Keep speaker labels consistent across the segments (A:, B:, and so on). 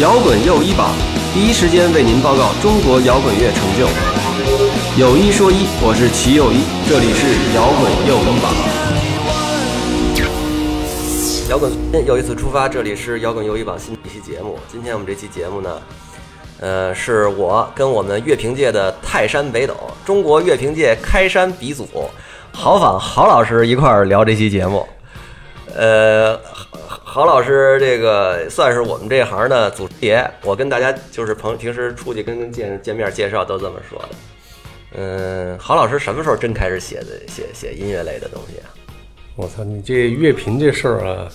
A: 摇滚又一榜，第一时间为您报告中国摇滚乐成就。有一说一，我是齐又一，这里是摇滚又一榜。摇滚又一次出发，这里是摇滚又一榜新的一期节目。今天我们这期节目呢，呃，是我跟我们乐评界的泰山北斗，中国乐评界开山鼻祖郝仿郝老师一块儿聊这期节目。呃，郝老师这个算是我们这行的祖师爷，我跟大家就是朋平时出去跟跟见见面介绍都这么说的。嗯，郝老师什么时候真开始写的写写音乐类的东西 啊？
B: 我操，你这乐评这事儿啊，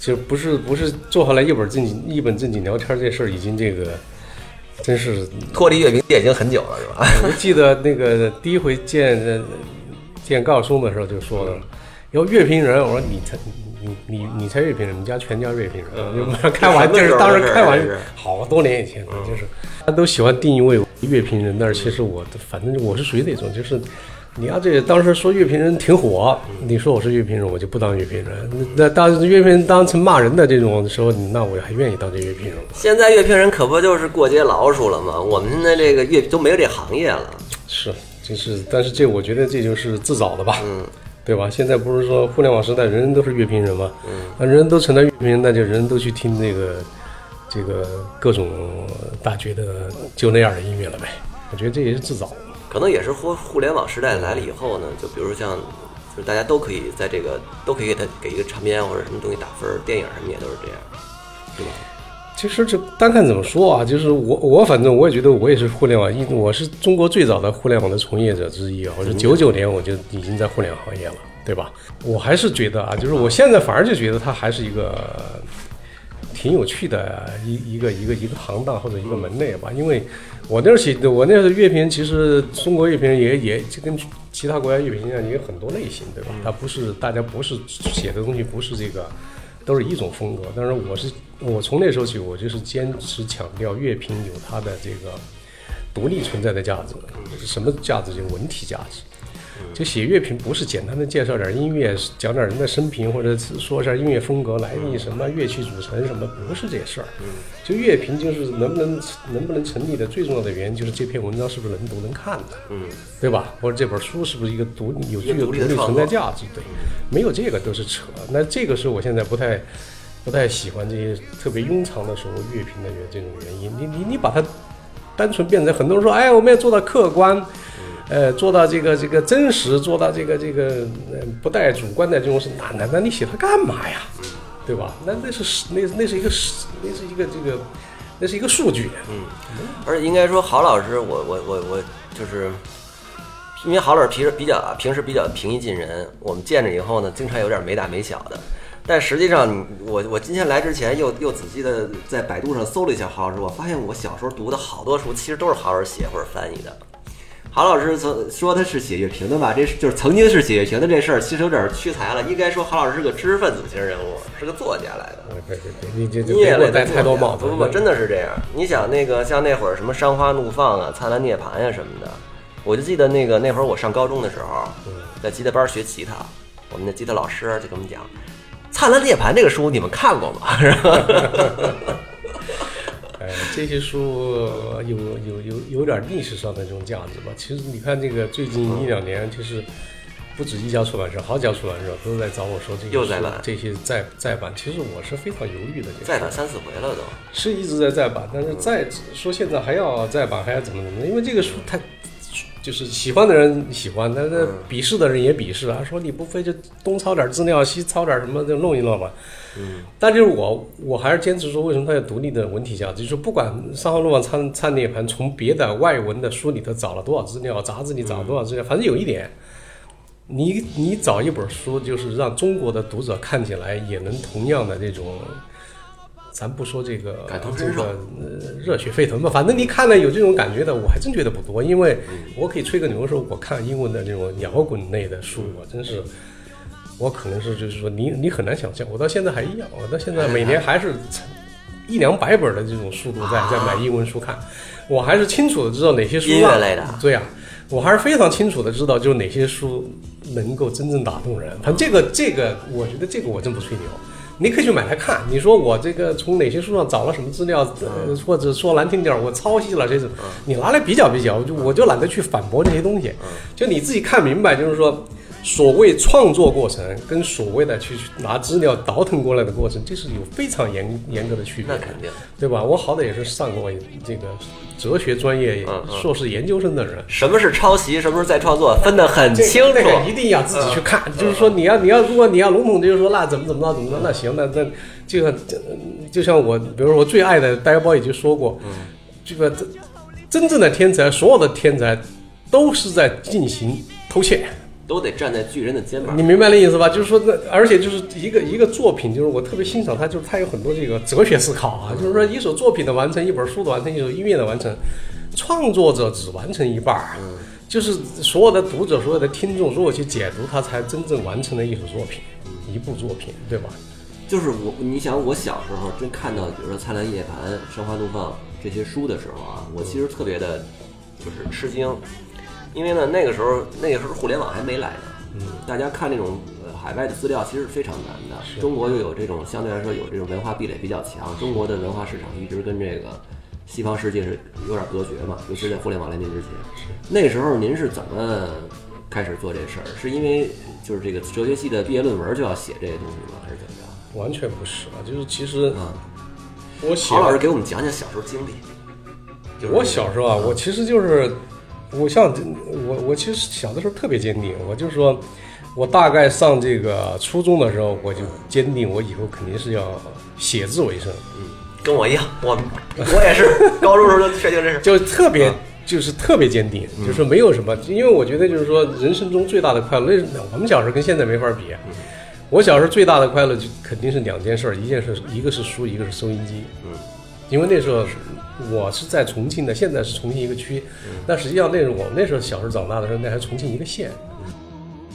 B: 其实不是不是坐下来一本正经一本正经聊天这事儿，已经这个真是，
A: 脱离乐评界已经很久了，是吧？
B: 我就记得那个第一回见见高晓松的时候就说了，然后乐评人，我说你才你你你才乐评人，你家全家乐评人，就不是开玩
A: 什么嗯
B: 就
A: 时
B: 是
A: 候
B: 当
A: 的
B: 时
A: 事儿
B: 开玩
A: 这是
B: 好多年以前了，
A: 嗯
B: 就是他都喜欢定义为乐评人，但是其实我反正我是属于那种就是。你要、这当时说乐评人挺火，
A: 嗯
B: 你说我是乐评人，我就不当乐评人。那那当乐评人当成骂人的这种时候，那我还愿意当这乐评人吗？
A: 现在乐评人可不就是过街老鼠了吗？我们现在这个乐都没有这行业了。
B: 是，就是，但是这我觉得这就是自找的吧，嗯，对吧？现在不是说互联网时代，人人都是乐评人嘛，嗯，那人人都成了乐评人，那就人人都去听这个这个各种大觉得就那样的音乐了呗。我觉得这也是自找。
A: 可能也是互互联网时代来了以后呢，就比如像，就是大家都可以在这个都可以给它给一个唱片或者什么东西打分儿，电影什么也都是这样，对吧？
B: 其实这单看怎么说啊，就是我我反正我也觉得我也是互联网一，我是中国最早的互联网的从业者之一啊。我是九九年我就已经在互联网行业了，对吧？我还是觉得啊，就是我现在反而就觉得它还是一个挺有趣的一一个一个一个行当或者一个门类吧。因为我那时候写的，我那时候乐评，其实中国乐评也也就跟其他国家乐评一样，也有很多类型，对吧？它不是大家不是写的东西不是这个。都是一种风格。但是我是我从那时候起，我就是坚持强调乐评有它的这个独立存在的价值。什么价值？就是文体价值。就写乐评不是简单的介绍点儿音乐，讲点儿人的生平，或者是说一下音乐风格来历，什么乐器组成什么，不是这事儿。
A: 嗯
B: 就乐评就是能不能能不能成立的最重要的原因，就是这篇文章是不是能读能看的，嗯，对吧？或者这本书是不是一个独有具
A: 一个
B: 有
A: 独
B: 独
A: 立的
B: 立
A: 创
B: 存
A: 作嗯
B: 在价值？对，没有这个都是扯。那这个是我现在不太不太喜欢这些特别庸常的时候乐评的原这种原因。你你你把它单纯变成很多人说，哎，我们要做到客观，呃，做到这个这个真实，做到这个这个、呃、不带主观的这种事，那那那你写它干嘛呀？对吧？那那是那那是一个那是一个这个那是一个数据，
A: 嗯而且应该说，郝老师，我我我我就是，因为郝老师平时比较啊，平时比较平易近人，我们见着以后呢，经常有点没大没小的。但实际上你，我我今天来之前又又仔细的在百度上搜了一下郝老师，我发现我小时候读的好多书，其实都是郝老师写或者翻译的。郝老师曾说他是写乐评的吧，这是就是曾经是写乐评的这事儿，其实有点屈才了。应该说郝老师是个知识分子型人物，是个作家来的。
B: 别别别，你这这
A: 音乐
B: 别给
A: 类的
B: 我戴太多帽子
A: 不，不不，真的是这样。你想那个像那会儿什么《山花怒放》啊，《灿烂涅槃》呀什么的，我就记得那个那会儿我上高中的时候，
B: 嗯
A: 在吉他班学吉他，我们的吉他老师就跟我们讲，《灿烂涅槃》这个书你们看过吗？是吧？
B: 哎，这些书呃有有有有点历史上的这种价值吧。其实你看这个最近一两年，其实不止一家出版社，好几家出版社都在找我说这个
A: 又再
B: 书
A: 版
B: 这些再再版。其实我是非常犹豫的，这个
A: 再版三四回了都，
B: 是一直在再版，但是再说现在还要再版，还要怎么怎么，因为这个书太。就是喜欢的人喜欢，但是鄙视的人也鄙视啊。说你不非就东抄点资料，西抄点什么就弄一弄吧。但就是我，我还是坚持说，为什么它有独立的文体价值？就是不管上号路网参参涅盘，从别的外文的书里头找了多少资料，杂志里找了多少资料，反正有一点，你你找一本书，就是让中国的读者看起来也能同样的这种，咱不说这个
A: 感同
B: 这
A: 身受
B: 个呃热血沸腾吧，反正你看了有这种感觉的，我还真觉得不多，因为
A: 嗯
B: 我可以吹个牛说，我看英文的这种摇滚类的书，我真是。我可能是就是说你你很难想象，我到现在还一样，我到
A: 哎
B: 现在每年还是一两百本的这种速度在在买英文书看，我还是清楚的知道哪些书
A: 音乐
B: 让
A: 类的
B: 对呀、啊我还是非常清楚的知道就是哪些书能够真正打动人。反正这个这个，我觉得这个我真不吹牛。你可以去买来看。你说我这个从哪些书上找了什么资料，
A: 嗯
B: 呃或者说难听点儿，我抄袭了这种，你拿来比较比较，我就
A: 嗯
B: 我就懒得去反驳这些东西。就你自己看明白，就是说。所谓创作过程跟所谓的去拿资料倒腾过来的过程，这是有非常严严格的区别
A: 那
B: 的。
A: 肯定
B: 对吧？我好歹也是上过这个哲学专业
A: 嗯嗯
B: 硕士研究生的人，
A: 什么是抄袭，什么是再创作，分得很
B: 这
A: 清
B: 那
A: 楚。嗯
B: 个一定要自己去看。就是说，你要你要如果你要笼统地就说那怎么怎么着怎么着，那行，那那就像就像我，比如说我最爱的呆包已经说过，
A: 嗯
B: 这个真真正的天才，所有的天才都是在进行偷窃。
A: 都得站在巨人的肩膀
B: 你。明白那意思吧？就是说，那而且就是一个一个作品，就是我特别欣赏它，就是它有很多这个哲学思考啊。就是说，一首作品的完成，一本书的完成，一首音乐的完成，创作者只完成一半儿，就是所有的读者、所有的听众，如果去解读它，才真正完成了一首作品，一部作品，对吧？
A: 就是我，你想我小时候真看到，比如说《灿烂夜盘》《生花怒放》这些书的时候啊，我其实特别的，就是吃惊，因为呢那个时候那个时候互联网还没来呢，嗯，大家看这种呃海外的资料其实是非常难的。中国又有这种相对来说有这种文化壁垒比较强，中国的文化市场一直跟这个西方世界是有点隔绝嘛，尤其是在互联网来临之前。那时候您是怎么开始做这事儿？是因为就是这个哲学系的毕业论文就要写这个东西吗？还是怎么着？
B: 完全不是啊，就是其实
A: 啊，
B: 我写
A: 曹老师给我们讲讲小时候经历。
B: 我小时候啊，我其实就是，我像我我其实小的时候特别坚定，我就说，我大概上这个初中的时候，我就坚定我以后肯定是要写字为生，
A: 跟我一样，我我也是高中时候就确定这事。
B: 就特别。就是特别坚定，就是没有什么，因为我觉得就是说，人生中最大的快乐，那我们小时候跟现在没法比。啊我小时候最大的快乐就肯定是两件事儿，一件事一个是书，一个是收音机。
A: 嗯，
B: 因为那时候我是在重庆的，现在是重庆一个区，但实际上那时候我那时候小时候长大的时候，那还是重庆一个县，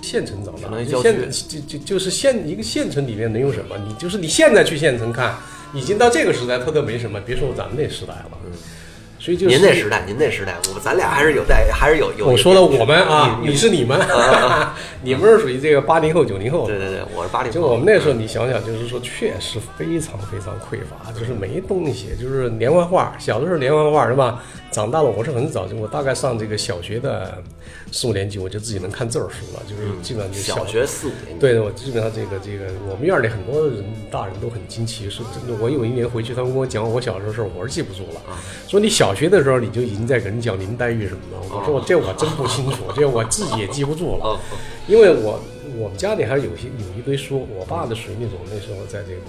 B: 县城长
A: 相
B: 大
A: 当于
B: 的，
A: 郊
B: 就
A: 区
B: 县就就就是县一个县城里面能有什么？你就是你现在去县城看，已经到这个时代，它都没什么，别说咱们那时代了。所以就是
A: 您那时代，您那时代，我咱俩还是有代，还是有有。
B: 我说了我们啊，
A: 有
B: 你是你们， 你们是属于这个八零后、九零后
A: 啊对。对对，我是八零
B: 就
A: 后
B: 我。们那时候，你想想，就是说确实非常非常匮乏，就是没东西，就是连环画。小的时候连环画是吧？长大了我是很早，就我大概上这个小学的四五年级，我就自己能看字儿书了，就是基本上就
A: 小学四五年级，
B: 对，我基本上这个这个，我们院儿里很多人大人都很惊奇，是真的。我有一年回去，他们跟我讲我小时候的事儿，我是记不住了。说你小学的时候你就已经在给人讲林黛玉什么的，我说我这我真不清楚，这我自己也记不住了
A: 哦，，
B: 因为我我们家里还是有些有一堆书，我爸的属于那种那时候在这个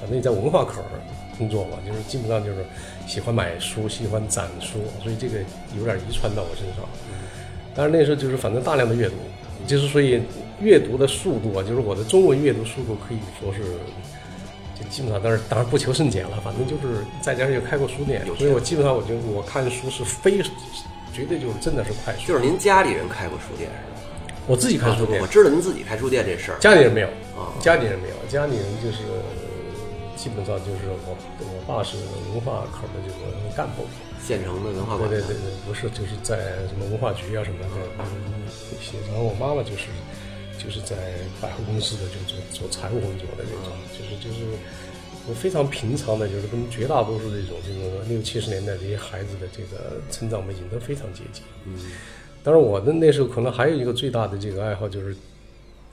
B: 反正在文化口儿工作嘛，就是基本上就是喜欢买书，喜欢攒书，所以这个有点遗传到我身上。但是那时候就是反正大量的阅读，就是所以阅读的速度啊，就是我的中文阅读速度可以说是，就基本上当然当然不求甚解了，反正就是再加上又开过书店
A: 有，钱
B: 所以我基本上我觉得我看书是非绝对就是真的是快
A: 就是
B: 速。
A: 您家里人开过书店是吧？
B: 我自己看书店
A: 我，知道您自己开书店这事儿。
B: 啊家里人没有
A: 啊，
B: 家里人没有，家里人就是基本上就是我我爸是文化口的这个干部。
A: 县城的文化
B: 对
A: 馆啊
B: 对对对，不是，就是在什么文化局啊什么的那些。然后我妈妈就是就是在百货公司的，就做做财务工作的那种，就是就是我非常平常的，就是跟绝大多数这种这种六七十年代这些孩子的这个成长背景都非常接近。
A: 嗯，
B: 当然，我的那时候可能还有一个最大的这个爱好就是。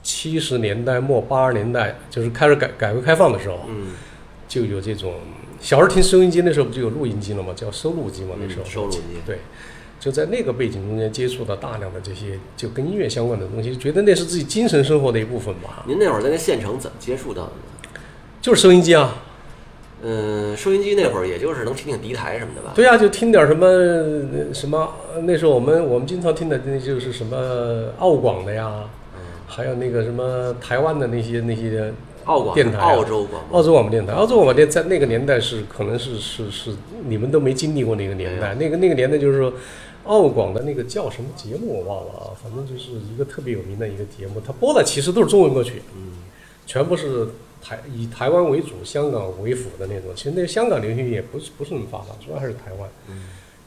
B: 七十年代末八十年代，就是开始改改革开放的时候，
A: 嗯，
B: 就有这种小时候听收音机，那时候不就有录音机了吗？叫收录机嘛，那时候、
A: 嗯收录机
B: 对，就在那个背景中间接触到大量的这些就跟音乐相关的东西，就觉得那是自己精神生活的一部分吧。
A: 您那会儿在那县城怎么接触到的呢？
B: 就是收音机啊，
A: 嗯，收音机那会儿也就是能听听敌台什么的吧。
B: 对呀、就听点什么呃什么。呃那时候我们我们经常听的那就是什么澳广的呀，
A: 嗯
B: 还有那个什么台湾的那些那些
A: 澳广
B: 电台、啊
A: 澳洲广播
B: 澳洲广播电台，澳洲广播电台在那个年代是可能是是是你们都没经历过那个年代，那个那个年代就是说，澳广的那个叫什么节目我忘了啊，反正就是一个特别有名的一个节目，它播的其实都是中文歌曲，嗯，全部是台以台湾为主，香港为辅的那种。其实那个香港流行也不是不是那么发达，主要还是台湾。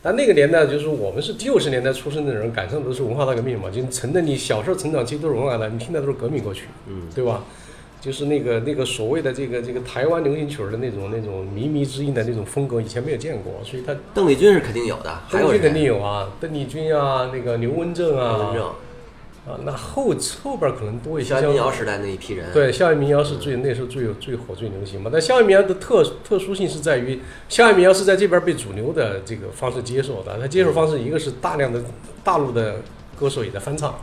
B: 但那个年代就是我们是六十年代出生的人，赶上的是文化大革命嘛，就成的你小时候成长期都是文化大革命，听的都是革命歌曲，
A: 嗯，
B: 对吧？就是那个那个所谓的这个这个台湾流行曲儿的那种那种靡靡之音的那种风格，以前没有见过，所以他
A: 邓丽君是肯定有的，还
B: 邓
A: 有
B: 丽君肯定
A: 有
B: 有啊，邓丽君啊，那个刘文正啊，
A: 文正、
B: 啊，那后后边儿可能多一些
A: 校园
B: 像
A: 民谣时代那一批人，，
B: 对，校园民谣是最那时候最有最火最流行嘛。但校园民谣的特特殊性是在于，校园民谣是在这边被主流的这个方式接受的。它接受方式一个是大量的大陆的歌手也在翻唱，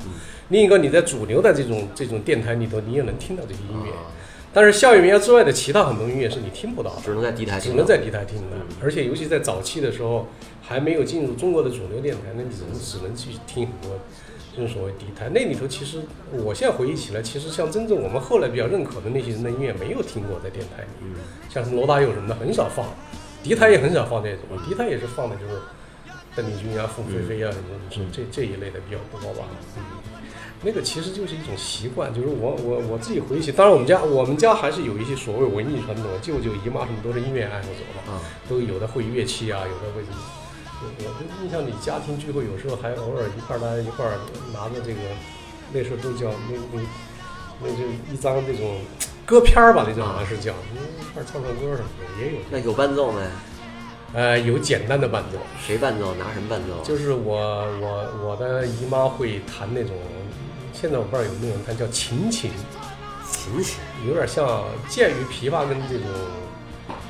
B: 另一个你在主流的这种这种电台里头你也能听到这些音乐。但是校园民谣之外的其他很多音乐是你听不到的，
A: 只能在敌台
B: 只
A: 听
B: 能
A: 到。嗯
B: 在敌台听的。而且尤其在早期的时候，还没有进入中国的主流电台，那你只能只能去听很多就是所谓敌台。那里头其实我现在回忆起来，其实像真正我们后来比较认可的那些人的音乐，没有听过在电台里，
A: 嗯
B: 像什么罗大佑什么的很少放，敌台也很少放这种，
A: 嗯
B: 敌台也是放的就是邓丽君啊、凤飞飞啊什么这这这一类的比较多吧。嗯那个其实就是一种习惯，就是我我我自己回忆起，当然我们家我们家还是有一些所谓文艺传统，舅舅姨妈什么都是音乐爱好者嘛，
A: 嗯
B: 都有的会乐器啊，有的会什么。我我就印象里家庭聚会有时候还偶尔一块儿大家一块儿拿着这个，那时候都叫那那那就一张那种歌片儿吧，那种好像是叫，嗯一块儿唱唱歌什么的也有。
A: 那有伴奏没？
B: 呃，有简单的伴奏，
A: 谁伴奏？拿什么伴奏？啊
B: 就是我我我的姨妈会弹那种，现在我不知道有没有人弹叫琴琴，
A: 琴弦。
B: 有点像介于琵琶跟这种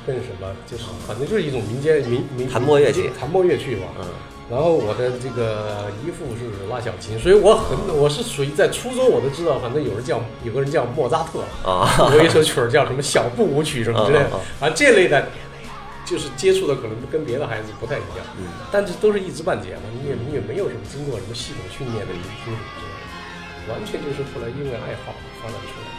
B: 跟什么，就是反正就是一种民间民民
A: 哦弹拨乐器
B: 弹拨乐器吧。
A: 嗯，
B: 然后我的这个姨父是拉小琴，所以我很我是属于在初中我都知道，反正有人叫有个人叫莫扎 特，
A: 啊，
B: 有一首曲儿叫什么小步舞曲什么之类的
A: 嗯嗯，
B: 啊这类的，就是接触的可能跟别的孩子不太一样，
A: 嗯
B: 但是都是一知半解嘛，你也你也没有什么经过什么系统训练的聆听什么之类的，完全就是后来因为爱好发展出来的。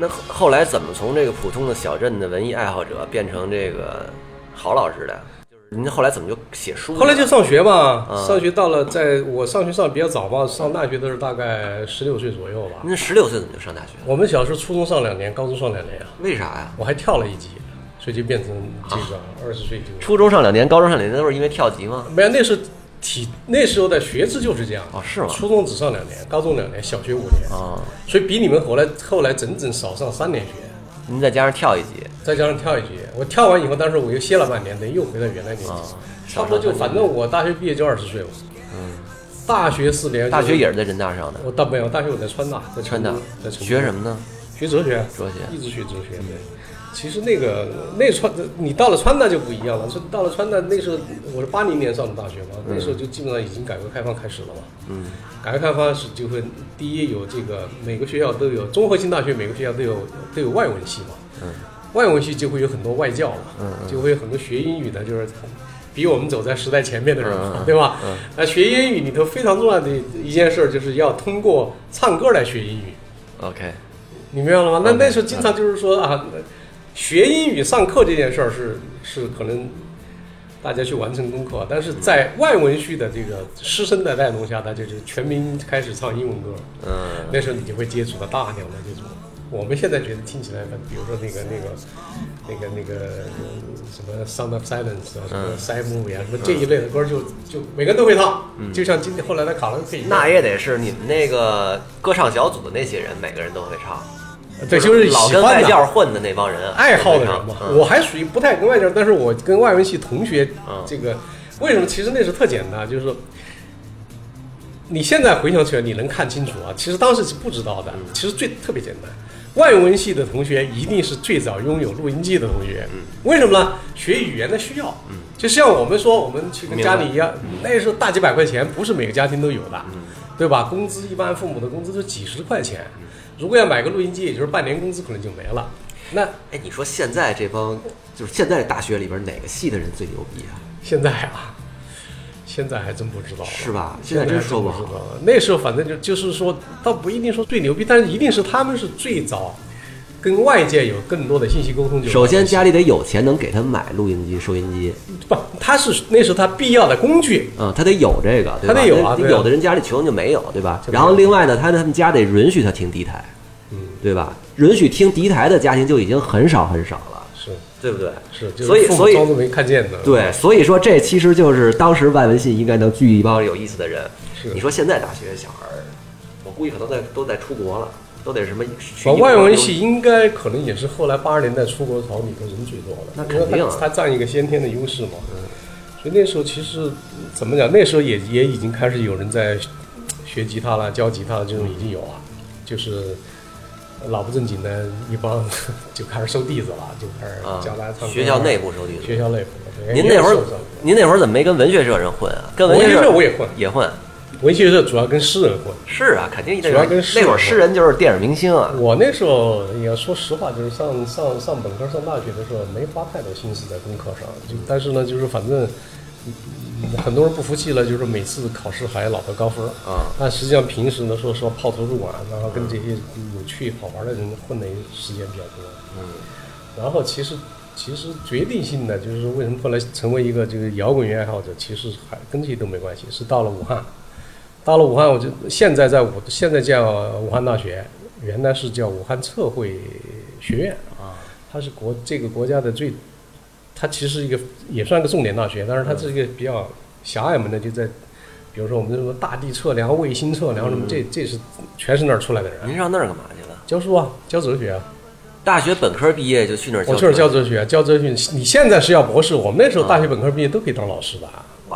A: 那后后来怎么从这个普通的小镇的文艺爱好者变成这个郝老师的？就是您后来怎么就写书了？
B: 嗯后来就上学嘛，
A: 嗯
B: 上学到了，在我上学上得比较早嘛，上大学的时候大概十六岁左右吧。
A: 您十六岁怎么就上大学了？
B: 我们小时候初中上两年，高中上两年啊，
A: 为啥呀？
B: 我还跳了一级，所以就变成这
A: 啊
B: 个二十岁就
A: 初中上两年，高中上两年，都是因为跳级吗？
B: 没有，那是体那时候的学制就是这样
A: 哦是吗
B: 初中只上两年，高中两年，小学五年，
A: 啊，
B: 所以比你们后来后来整整少上三年学，
A: 您再加上跳一级，
B: 再加上跳一级，我跳完以后，当时我又歇了半年，等于又回到原来年纪，
A: 啊
B: 差不多就反正我大学毕业就二十岁嘛，嗯，大学四年，
A: 大学也是在人大上的，
B: 我大没有，大学我在川大，在
A: 川大
B: 成都在成都
A: 学什么呢？
B: 学哲学，
A: 哲学
B: 一直学哲学。对，其实那个那川，你到了川大就不一样了。说到了川大，那时候我是八零年上的大学嘛，那时候就基本上已经改革开放开始了嘛。嗯，改革开放是就会第一有这个每个学校都有综合性大学，每个学校都有都有外文系嘛。嗯，外文系就会有很多外教嘛，
A: 嗯
B: 就会有很多学英语的，就是。比我们走在时代前面的人嘛，
A: 嗯嗯
B: 对吧？那、学英语里头非常重要的一件事儿，就是要通过唱歌来学英语。
A: OK，
B: 你明白了吗？那
A: 嗯
B: 那时候经常就是说啊，学英语上课这件事儿是是可能大家去完成功课，但是在外文系的这个师生的带动下，大家就全民开始唱英文歌。
A: 嗯，
B: 那时候你就会接触到大量的这种，我们现在觉得听起来，比如说那个那个那个那个呃什么《Sound of Silence》啊，什
A: 嗯
B: 么《
A: 嗯
B: Side Movie》啊，什么这一类的歌就，就每个人都会唱，就像今天后来的卡拉 OK 一样。
A: 那也得是你们那个歌唱小组的那些人，每个人都会唱，
B: 对，就是
A: 老
B: 喜
A: 跟
B: 欢
A: 外
B: 的
A: 教混的那帮人，
B: 爱好的人
A: 都
B: 嘛
A: 会。唱嗯
B: 我还属于不太跟外教，但是我跟外文系同学
A: 嗯，
B: 这个为什么？其实那时候特简单，就是你现在回想起来，你能看清楚啊。其实当时是不知道的，
A: 嗯
B: 其实最特别简单。外文系的同学一定是最早拥有录音机的同学，
A: 嗯
B: 为什么呢？学语言的需要，就像我们说，我们去跟家里一样，
A: 嗯
B: 那时候大几百块钱不是每个家庭都有的，对吧？工资一般父母的工资都几十块钱，
A: 嗯
B: 如果要买个录音机，也就是半年工资可能就没了。那
A: 哎，你说现在这帮就是现在大学里边哪个系的人最牛逼啊？
B: 现在啊， 现在还真不知道了，
A: 是吧？现
B: 现
A: 在真
B: 还
A: 说
B: 不
A: 不
B: 知道
A: 好。
B: 了。那时候反正就就是说，倒不一定说最牛逼，但是一定是他们是最早跟外界有更多的信息沟通就。
A: 首先家里得有钱，能给他买录音机、收音机，
B: 不，他是那是他必要的工具。
A: 啊，他得有这个，对吧
B: 他得有啊
A: 那
B: 对啊
A: 有的人家里穷就没有，对吧？
B: 就没
A: 然
B: 有
A: 后另外呢，他他们家得允许他听敌台，
B: 嗯，
A: 对吧？允许听敌台的家庭就已经很少很少了，
B: 是
A: 对不对？
B: 是，就是
A: 所以
B: 父母
A: 所以
B: 装作没看见的。
A: 对，所以说这其实就是当时外文系应该能聚一帮有意思的人。
B: 是
A: 你说现在大学小孩儿，我估计可能在都在出国了，都得什么？
B: 玩外文系应该可能也是后来八十年代出国淘米的人最多了，
A: 那肯定啊嗯
B: 因为它它占一个先天的优势嘛。所以那时候其实怎么讲，那时候也也已经开始有人在学吉他啦、教吉他这种已经有啊，就是老不正经的一帮 就开始收弟子了，就开始
A: 啊
B: 教大家唱歌，
A: 学校内部收弟子。
B: 学校内部。对
A: 您那会
B: 也
A: 儿
B: 有受伤，
A: 您那会儿怎么没跟文学社人混啊？跟文
B: 文学
A: 社
B: 社我也混
A: 也混。
B: 文学社主要跟诗人混。
A: 是啊，肯定那
B: 主
A: 会
B: 要
A: 儿
B: 跟诗
A: 那会儿
B: 人
A: 诗人就是电影明星啊。
B: 我那时候也要说实话，就是上上上本科、上大学的时候，没花太多心思在功课上。就但是呢，就是反正、嗯嗯很多人不服气了，就是每次考试还老得高分
A: 啊。
B: 但实际上平时呢，说实话泡图书馆，然后跟这些有趣好玩的人混的时间比较多。
A: 嗯，
B: 然后其实其实决定性的就是为什么后来成为一个这个摇滚乐爱好者，其实还跟这些都没关系，是到了武汉，到了武汉，我就现在在武现在叫武汉大学，原来是叫武汉测绘学院啊，它是国这个国家的最，它其实一个也算个重点大学，但是它是一个比较狭隘门的，就在。比如说我们这种大地测量、卫星测量什么，这这是全是那儿出来的人啊
A: 您上那儿干嘛去了？
B: 教书啊，教哲学啊。
A: 大学本科毕业就去那儿教
B: 我
A: 书？
B: 就是教哲学，教哲学。你现在是要博士，我们那时候大学本科毕业都可以当老师的。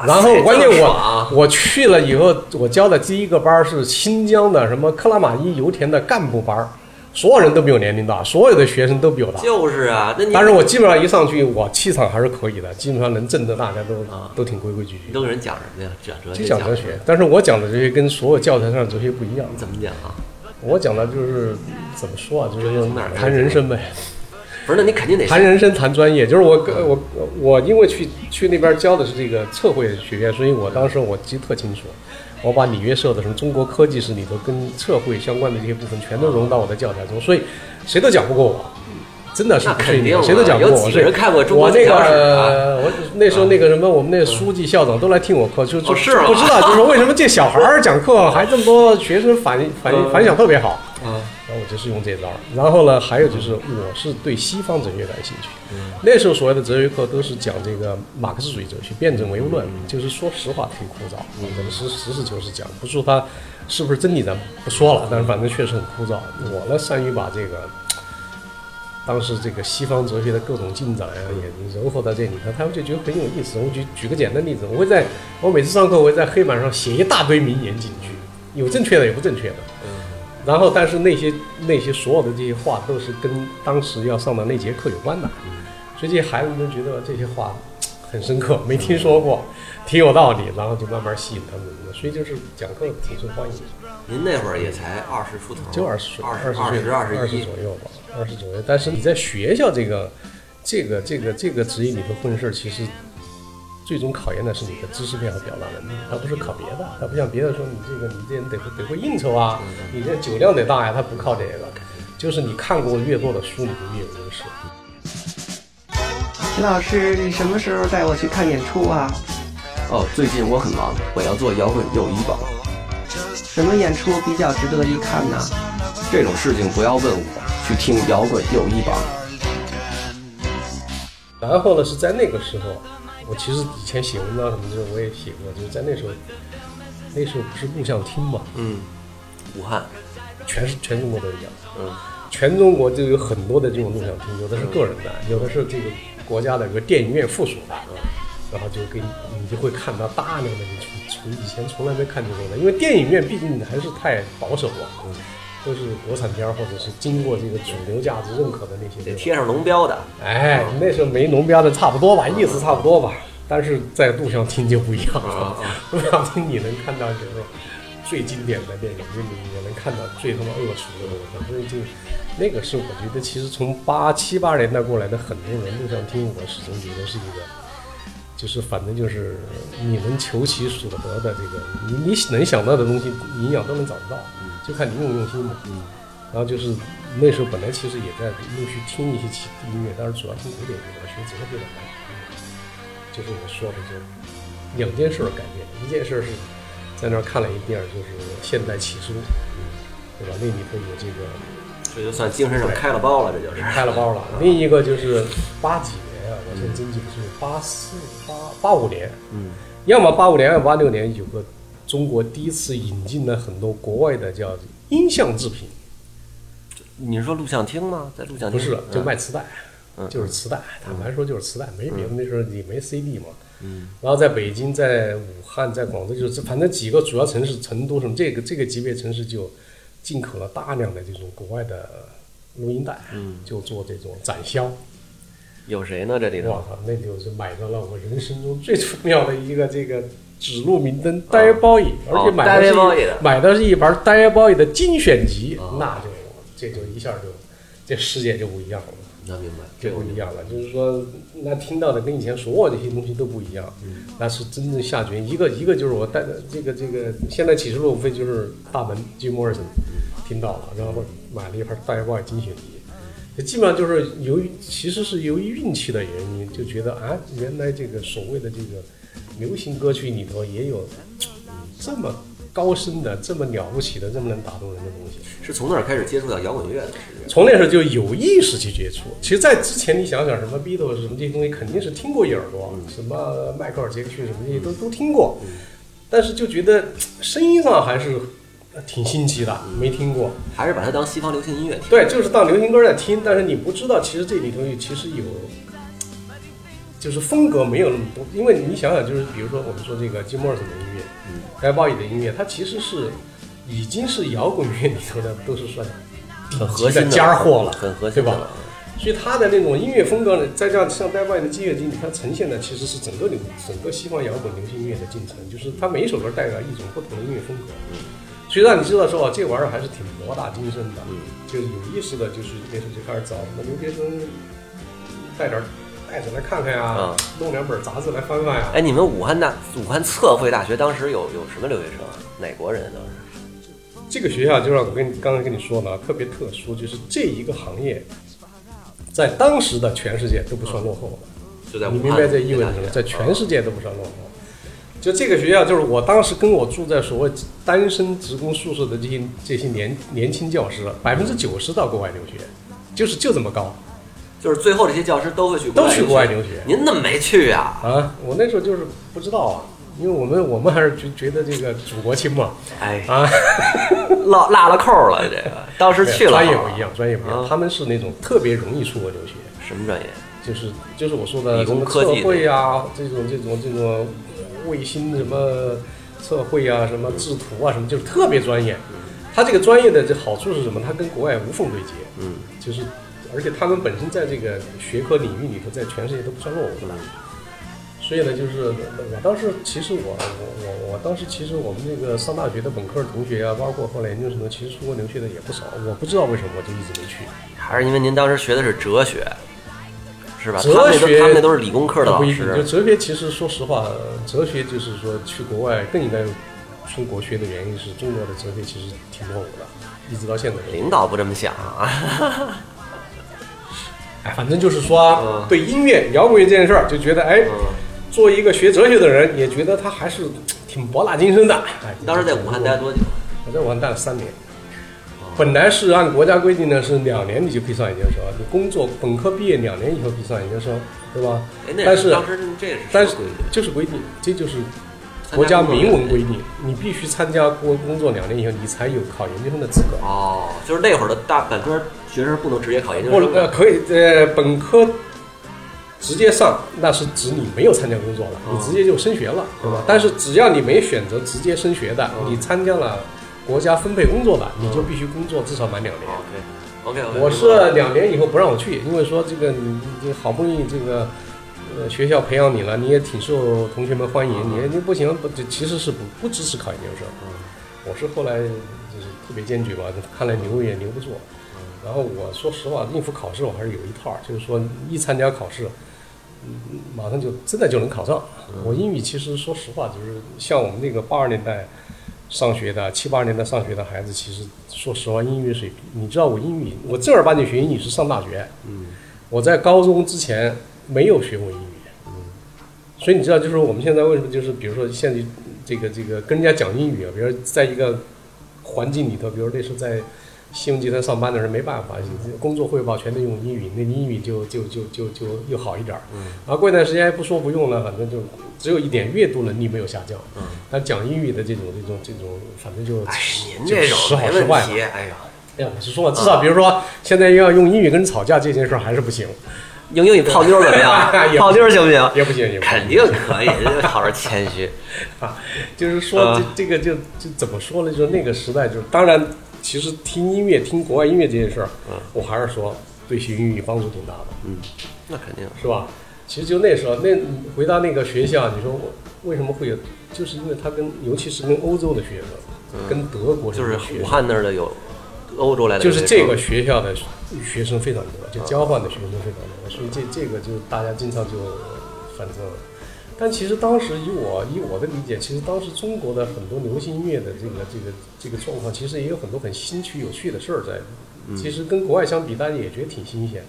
B: 然后关键
A: 这么
B: 我
A: 爽啊
B: 我去了以后，我教的第一个班是新疆的什么克拉玛依油田的干部班，所有人都比我年龄大，所有的学生都比我大。
A: 就是啊，那你
B: 但是我基本上一上去，我气场还是可以的，基本上能震得大家都
A: 啊
B: 都挺规规矩矩
A: 你
B: 的，
A: 都给人讲什么呀？讲哲
B: 就
A: 学，
B: 讲哲学。但是我讲的哲学跟所有教材上的哲学不一样
A: 你，怎么讲啊？
B: 我讲的就是怎么说啊，就是
A: 哲学从哪儿来
B: 谈人生呗。
A: 不是，那你肯定得
B: 谈人生谈专业，就是我我我因为去去那边教的是这个测绘学院，所以我当时我记得特清楚，我把里约社的什么中国科技史里头跟测绘相关的这些部分全都融到我的教材中，所以谁都讲不过我。真的是
A: 那
B: 不是
A: 肯
B: 你
A: 定啊
B: 谁都讲不过我。
A: 有几个人
B: 所以
A: 看过中国
B: 我那
A: 最强史啊
B: 个，呃我那时候那个什么，我们那书记、校长都来听我课，就就
A: 哦是吗
B: 不知道，就是说为什么这小孩儿讲课还这么多学生反应反应反响特别好。
A: 嗯
B: 然后我就是用这招儿。然后呢，还有就是我是对西方哲学感兴趣。
A: 嗯
B: 那时候所谓的哲学课都是讲这个马克思主义哲学、辩证唯物论，
A: 嗯
B: 就是说实话挺枯燥，我们实实事求是讲，不说它是不是真理咱不说了，但是反正确实很枯燥。我呢，善于把这个。当时这个西方哲学的各种进展啊，也糅合在这里头，他们就觉得很有意思。我举举个简单例子，我会在我每次上课，我会在黑板上写一大堆名言警句，有正确的，有不正确的。然后，但是那些那些所有的这些话都是跟当时要上的那节课有关的，所以这些孩子们都觉得这些话嘖很深刻，没听说过，挺有道理，然后就慢慢吸引他们。所以就是讲课挺受欢迎的，
A: 您那会儿也才二十出头，
B: 就二十岁，
A: 二
B: 二
A: 二
B: 十岁，
A: 十二
B: 二
A: 十
B: 十
A: 一
B: 左。右吧，二十左右。但是你在学校这个这个这个这个职业里头混事儿，其实最终考验的是你的知识面和表达能力，它不是考别的，它不像别的说你这个你这人得会得会应酬啊，
A: 嗯
B: 你这酒量得大呀，它不靠这个，就是你看过越多的书，你就越有优势。
C: 秦老师，你什么时候带我去看演出啊？
A: 哦，最近我很忙，我要做摇滚友谊榜，
C: 什么演出比较值得一看呢？
A: 这种事情不要问我，去听摇滚友谊榜。
B: 然后呢，是在那个时候，我其实以前写文章什么的，我也写过，就是在那时候，那时候不是录像厅嘛，
A: 嗯，武汉，
B: 全是全中国都一样。
A: 嗯，
B: 全中国就有很多的这种录像厅，有的是个人的，有的是这个国家的，有个电影院附属的，然后就给你，你就会看到大量的你从从以前从来没看见过的，因为电影院毕竟还是太保守了，都是国产片儿或者是经过这个主流价值认可的那些
A: 得
B: 地方。
A: 贴上龙标的。
B: 哎，那时候没龙标的差不多吧，意思差不多吧。但是在录像厅就不一样了， 录像厅你能看到就是说最经典的电影，就你也能看到最他妈恶俗的东西。所以就那个是我觉得，其实从八七八年代过来的很多人，录像厅我始终觉得是一个，就是反正就是你能求其所得的这个，你你能想到的东西，营养都能找得到，就看你用不用心嘛。然后就是那时候本来其实也在陆续听一些其音乐，但是主要听古典音乐，我学哲学的嘛。就是我说的，就两件事儿改变，一件事儿是在那儿看了一遍，就是现代起诉，对吧？那里头有这个
A: 这就算精神上开了包了，这就是。
B: 开了包了。另一个就是八几年啊，我现在真记不清，八四八八五年，
A: 嗯，
B: 要么八五年，要么八六年，有个中国第一次引进了很多国外的叫音像制品，
A: 你是说录像厅吗？在录像厅
B: 不是，就
A: 嗯嗯
B: 卖磁带，就是磁带。坦白说，就是磁带，没别的。那时候也没 CD 嘛。嗯。然后在北京、在武汉、在广州，就是反正几个主要城市，成都什么这个这个级别城市就进口了大量的这种国外的录音带，嗯，就做这种展销。
A: 有谁呢？这里
B: 我
A: 头
B: 靠，那就是买到了我人生中最重要的一个这个指路明灯呆包椅，而且买
A: 哦
B: 的
A: 呆
B: 是
A: 包椅
B: 一
A: 的哦
B: 买的是一盘呆包椅的精选集，那就这就一下就这世界就不一样了。
A: 那明白，
B: 就不一样了，就是说，那听到的跟以前所有这些东西都不一样，那是真正下决心。一个一个就是我带的这个这个，现在启示录无非就是大门 Jim Morrison 听到了，然后买了一盘大包精选集，基本上就是由于其实是由于运气的原因，就觉得啊，原来这个所谓的这个流行歌曲里头也有这么高深的、这么了不起的、这么能打动人的东西。
A: 是从那儿开始接触到摇滚乐的，是这样
B: 从那时候就有意识去接触。其实，在之前你想想，什么 Beatles 什么这些东西，肯定是听过一耳朵，什么迈克尔杰克逊什么这些都都听过，但是就觉得嘖声音上还是呃挺新奇的，没听过。
A: 还是把它当西方流行音乐听？
B: 对，就是当流行歌在听，但是你不知道，其实这里头其实有，就是风格没有那么多，因为你想想，就是比如说我们说这个金莫尔森的音乐，白包里的音乐，它其实是已经是摇滚乐里头的，都是算
A: 很核心的
B: 顶级的尖货了，
A: 很核
B: 对
A: 心的
B: 吧？所以他的那种音乐风格呢，再加上像呆外的音乐经历，它呈现的其实是整个流整个西方摇滚流行音乐的进程，就是它每一首歌代表一种不同的音乐风格。所以让你知道说啊，这玩意儿还是挺博大精深的，就是有意思的，就是那时候就开始找什么留学生带点儿带着来看看呀、
A: 啊
B: 弄两本杂志来翻翻呀、
A: 哎，你们武汉大武汉测绘大学当时有有什么留学生啊？哪国人当时？
B: 这个学校就让我跟你刚才跟你说呢，特别特殊，就是这一个行业，在当时的全世界都不算落后的。
A: 就在武
B: 你
A: 汉
B: 明白这意味着什么？在
A: 嗯
B: 全世界都不算落后。就这个学校，就是我当时跟我住在所谓单身职工宿舍的这些这些年年轻教师，百分之九十到国外留学，就是就这么高
A: 就是最后这些教师都会去
B: 都去国外留
A: 学。
B: 学
A: 您怎么没去啊？
B: 啊！我那时候就是不知道啊，因为我们我们还是觉觉得这个祖国亲嘛
A: 哎，
B: 啊，
A: 落落了扣了，这个当时去了。
B: 专业不一样，专业不一样，
A: 啊
B: 他们是那种特别容易出国留学，
A: 什么专业？
B: 就是就是我说的
A: 理
B: 什
A: 工
B: 么
A: 科
B: 测
A: 技的
B: 绘啊，这种这种这种呃卫星什么测绘啊，什么制图啊，什么就是特别专业。
A: 嗯
B: 它这个专业的这好处是什么？它跟国外无缝对接，
A: 嗯，
B: 就是而且他们本身在这个学科领域里头，在全世界都不算落伍的。
A: 嗯
B: 所以呢，就是我当时其实我我我我当时其实我们那个上大学的本科同学啊，包括后来研究生的，其实出国留学的也不少。我不知道为什么我就一直没去。
A: 还是因为您当时学的是哲学，是吧？
B: 哲
A: 他们那
B: 学
A: 都他们那都是理工科的
B: 不
A: 老
B: 一定，就
A: 师。
B: 哲学，其实说实话，哲学就是说去国外更应该出国学的原因是中国的哲学其实挺落伍的，一直到现在都。
A: 领导不这么想啊，
B: 哎，反正就是说啊、
A: 嗯
B: 对音乐摇滚乐这件事儿，就觉得哎，作为一个学哲学的人，也觉得他还是挺博大精深的。哎，
A: 你当时在武汉待多久？
B: 我在武汉待了三年。本来是按国家规定呢，是两年你就可以上研究生，你工作本科毕业两年以后可以上研究生，对吧？
A: 哎，那
B: 但是
A: 当时这是
B: 但
A: 什
B: 是
A: 么规矩
B: 就是规定，这就是国家明文规定，你必须参加工工作两年以后，你才有考研究生的资格。
A: 哦，就是那会儿的大本科学生不能直接考研究
B: 不
A: 生，
B: 呃，可以呃，本科直接上，那是指你没有参加工作了，
A: 嗯
B: 你直接就升学了，对
A: 啊
B: 吧？但是只要你没选择直接升学的，你参加了国家分配工作的，
A: 啊
B: 你就必须工作至少满两年。
A: OK OK，
B: 我是两年以后不让我去，因为说这个你你好不容易这个呃学校培养你了，你也挺受同学们欢迎，你你不行不这其实是不不支持考研究生。我是后来就是特别坚决吧，看来留也留不住。然后我说实话，应付考试我还是有一套儿，就是说一参加考试，嗯，马上就真的就能考上。我英语其实说实话，就是像我们那个八二年代上学的七八十年代上学的孩子，其实说实话，英语水平，你知道我英语，我正儿八经学英语是上大学，
A: 嗯，
B: 我在高中之前没有学过英语，嗯，所以你知道，就是我们现在为什么就是比如说现在这个这个跟人家讲英语啊，比如在一个环境里头，比如类似在。信用集团上班的人没办法，工作汇报全都用英语，那英语就就就就就又好一点儿。嗯，然后过一段时间不说不用了，反正就只有一点阅读能力没有下降。
A: 嗯，
B: 但讲英语的这种这种这种，反正就
A: 哎，您
B: 就
A: 这
B: 时
A: 种
B: 好
A: 没
B: 时
A: 问
B: 坏嘛。
A: 题，哎呀，
B: 哎呀，我是说，至少比如说，现在要用英语跟人吵架这件事儿还是不行，
A: 用英语泡妞儿怎么 样
B: 也？不
A: 泡妞儿行不行？
B: 也不行，也不行
A: 肯定可以，好好谦虚。
B: 啊，就是说
A: 啊
B: 这这个就就怎么说呢？就是那个时代，就是当然，其实听音乐、听国外音乐这件事儿，我还是说对学英语帮助挺大的，
A: 嗯，那肯定。
B: 是吧？其实就那时候，那你回到那个学校，你说我为什么会有？就是因为他跟，尤其是跟欧洲的学生，跟德国
A: 嗯就是
B: 的学
A: 武
B: 生
A: 汉那儿的有，欧洲来的啊
B: 就
A: 有
B: 是
A: 些
B: 这
A: 中
B: 个学校的学生非常多，就交换的学生非常多，所以这这个就大家经常就反正，但其实当时以我以我的理解，其实当时中国的很多流行音乐的这个这个这个状况，其实也有很多很新奇有趣的事儿在。
A: 嗯
B: 其实跟国外相比，大家也觉得挺新鲜。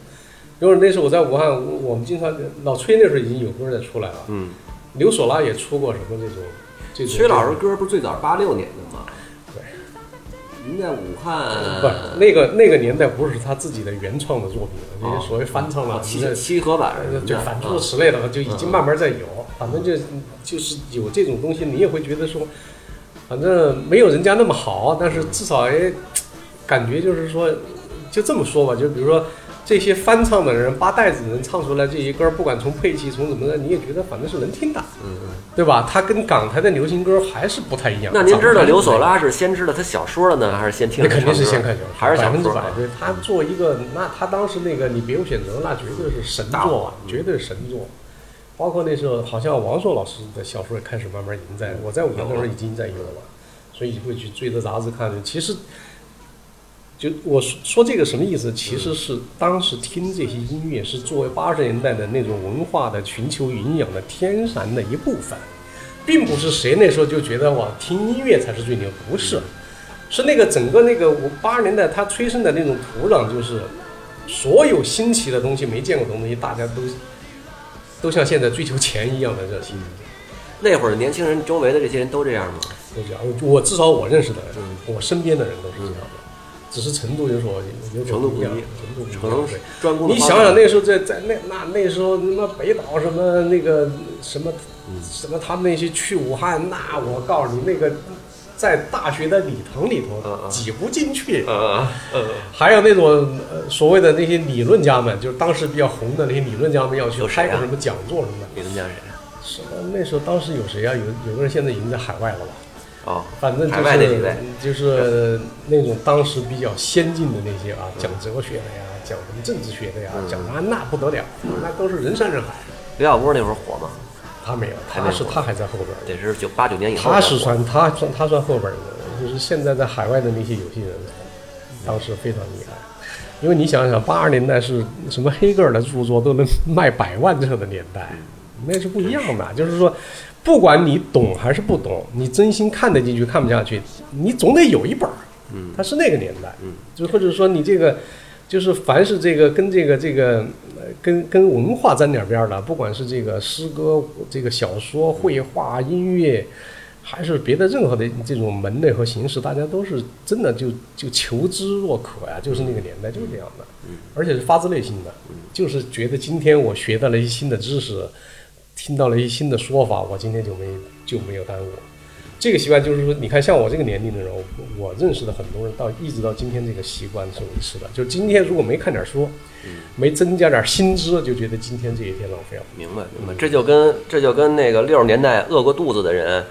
B: 因为那时候我在武汉，我我们经常老崔那时候已经有歌在出来了，
A: 嗯，
B: 刘索拉也出过什么这种这种。
A: 崔老师歌不是最早八六年的吗？
B: 对
A: 您在武
B: 不是
A: 汉，
B: 那个那个年代不是他自己的原创的作品了，这些所谓翻唱
A: 啊
B: 了，
A: 七
B: 什么的
A: 七合版什么
B: 呃
A: 的
B: 就反复
A: 啊
B: 之类的，就已经慢慢在有。反正就就是有这种东西，你也会觉得说，反正没有人家那么好，但是至少也感觉就是说，就这么说吧，就比如说。这些翻唱的人，八代子人唱出来这些歌，不管从配器从怎么的，你也觉得反正是能听的，
A: 嗯嗯。
B: 对吧？它跟港台的流行歌还是不太一样。
A: 那您知
B: 长得
A: 道
B: 还是
A: 刘
B: 不太一
A: 索
B: 样
A: 拉是先知道他小说了呢，还是先听
B: 那
A: 了他
B: 肯定是
A: 唱歌
B: 先看球，
A: 还是
B: 百
A: 小
B: 分之
A: 说啊
B: 百？对他做一个，那他当时那个你别无选择，那绝对是神作
A: 嗯
B: 啊，绝对是神作。包括那时候，好像王朔老师的小说也开始慢慢已经在，我在武汉那时候已经在有了，所以会去追着杂志看。其实，就我说说这个什么意思？其实是当时听这些音乐是作为八十年代的那种文化的寻求营养的天然的一部分，并不是谁那时候就觉得哇听音乐才是最牛，不是。是那个整个那个我八十年代它催生的那种土壤，就是所有新奇的东西、没见过的东西，大家都都像现在追求钱一样的热情。
A: 那会儿年轻人周围的这些人都这样吗？
B: 都这样，我我至少我认识的人，
A: 嗯
B: 我身边的人都是这样的，只是程度有所有所
A: 程度
B: 不
A: 不
B: 一
A: 一
B: 样，
A: 样
B: 程度不
A: 可
B: 一样
A: 能。
B: 对
A: 专攻的
B: 你
A: 方
B: 想
A: 向
B: 想那时候在在那那那时候什么北岛什么那个什么什么他们那些去武汉，那我告诉你那个在大学的礼堂里
A: 嗯
B: 头
A: 嗯
B: 挤不进去，
A: 呃呃，
B: 还有那种呃所谓的那些理论家们，就是当时比较红的那些理论家们要去
A: 有谁
B: 开
A: 啊
B: 个什么讲座什么的。
A: 你们家谁？啊
B: 什么那时候当时有谁啊？有有个人现在已经在海外了吧？
A: 哦，
B: 反正就
A: 海外那几位
B: 是就是那种当时比较先进的那些啊，讲哲学的呀，讲什么政治学的呀，
A: 嗯
B: 讲啊那不得了，那都是人山人海。
A: 刘小波那会儿火吗？
B: 他没有，
A: 还没
B: 他是
A: 火
B: 他还在后边儿，
A: 得是九八九年以后才火。
B: 他是算他算他算后边儿的，就是现在在海外的那些游戏人，当时非常厉害。因为你想想，八十年代是什么黑格尔的著作都能卖百万册的年代，那是不一样的。就是说，不管你懂还是不懂，你真心看得进去看不下去，你总得有一本儿。
A: 嗯，
B: 它是那个年代。
A: 嗯，
B: 就或者说你这个，就是凡是这个跟这个这个呃跟跟文化沾点边儿的，不管是这个诗歌、这个小说、绘画、音乐。还是别的任何的这种门类和形式，大家都是真的就就求知若渴呀、就是那个年代就是这样的，而且是发自内心的，就是觉得今天我学到了一些新的知识，听到了一些新的说法，我今天就没就没有耽误。这个习惯就是说，你看像我这个年龄的人，我我认识的很多人到一直到今天这个习惯是维持的，就是今天如果没看点书，没增加点新知，就觉得今天这一天浪费了。
A: 明白明白，这就跟这就跟那个六十年代饿过肚子的人，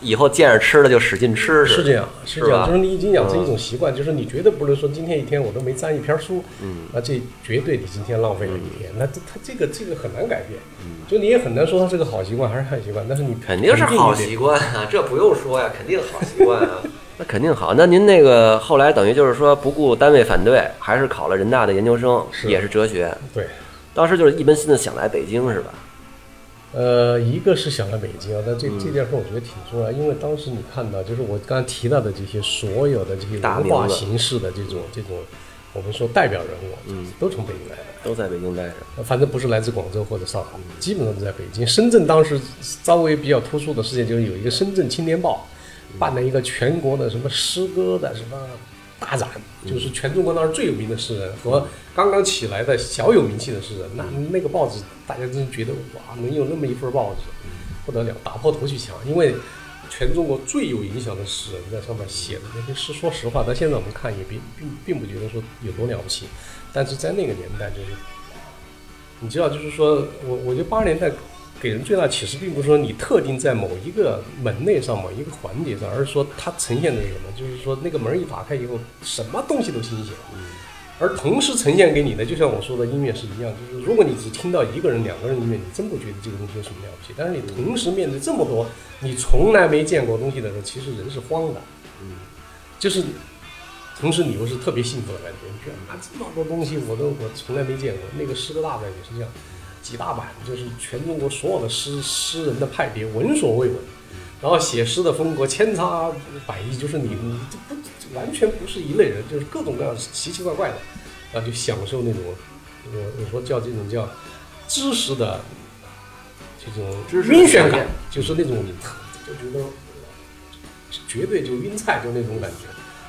A: 以后见着吃的就使劲吃似
B: 是
A: 的。
B: 这样，是这样，
A: 吧
B: 就是你已经养成一种习惯，就是你绝对不能说今天一天我都没沾一篇书，
A: 嗯，
B: 那这绝对你今天浪费了一天，那这他这个这个很难改变，就你也很难说它是个好习惯还是坏习惯，但是你
A: 嗯肯定是好
B: 一定
A: 习惯啊，这不用说呀，肯定好习惯啊。 那肯定好。那您那个后来等于就是说不顾单位反对，还是考了人大的研究生，
B: 是
A: 也是哲学。
B: 对。
A: 当时就是一门心思想来北京是吧？
B: 呃，一个是想来北京啊，但
A: 嗯
B: 这这件事我觉得挺重要，因为当时你看到，就是我刚才提到的这些所有的这些
A: 大
B: 文
A: 名
B: 化
A: 字
B: 形式的这种这种，我们说代表人物，
A: 嗯，
B: 都从北京来的。
A: 都在北京待着。
B: 反正不是来自广州或者上海，基本上都在北京。深圳当时稍微比较突出的事件就是有一个《深圳青年报》办了一个全国的什么诗歌的什么大展，就是全中国当时最有名的诗人和刚刚起来的小有名气的诗人。那那个报纸大家真觉得哇，能有那么一份报纸不得了，打破头去抢，因为全中国最有影响的诗人在上面写的那些诗，说实话，到现在我们看也并并并不觉得说有多了不起，但是在那个年代，就是你知道，就是说我我觉得八十年代给人最大启示，并不是说你特定在某一个门类上、某一个环节上，而是说它呈现的是什么，就是说那个门一打开以后，什么东西都新鲜。而同时呈现给你的，就像我说的音乐是一样，就是如果你只听到一个人、两个人音乐，你真不觉得这个东西有什么了不起。但是你同时面对这么多你从来没见过东西的时候，其实人是慌的，
A: 嗯，
B: 就是同时你又是特别兴奋的感觉，你觉得啊这么多东西我都我从来没见过。那个诗歌大版也是这样，几大版就是全中国所有的诗诗人的派别闻所未闻，然后写诗的风格千差百异，就是你你这不这完全不是一类人，就是各种各样奇奇怪怪的，然后就享受那种我我说叫这种叫知识的这种
A: 知识的
B: 晕眩
A: 体
B: 感
A: 验，
B: 就是那种你特就觉得绝对就晕菜就那种感觉。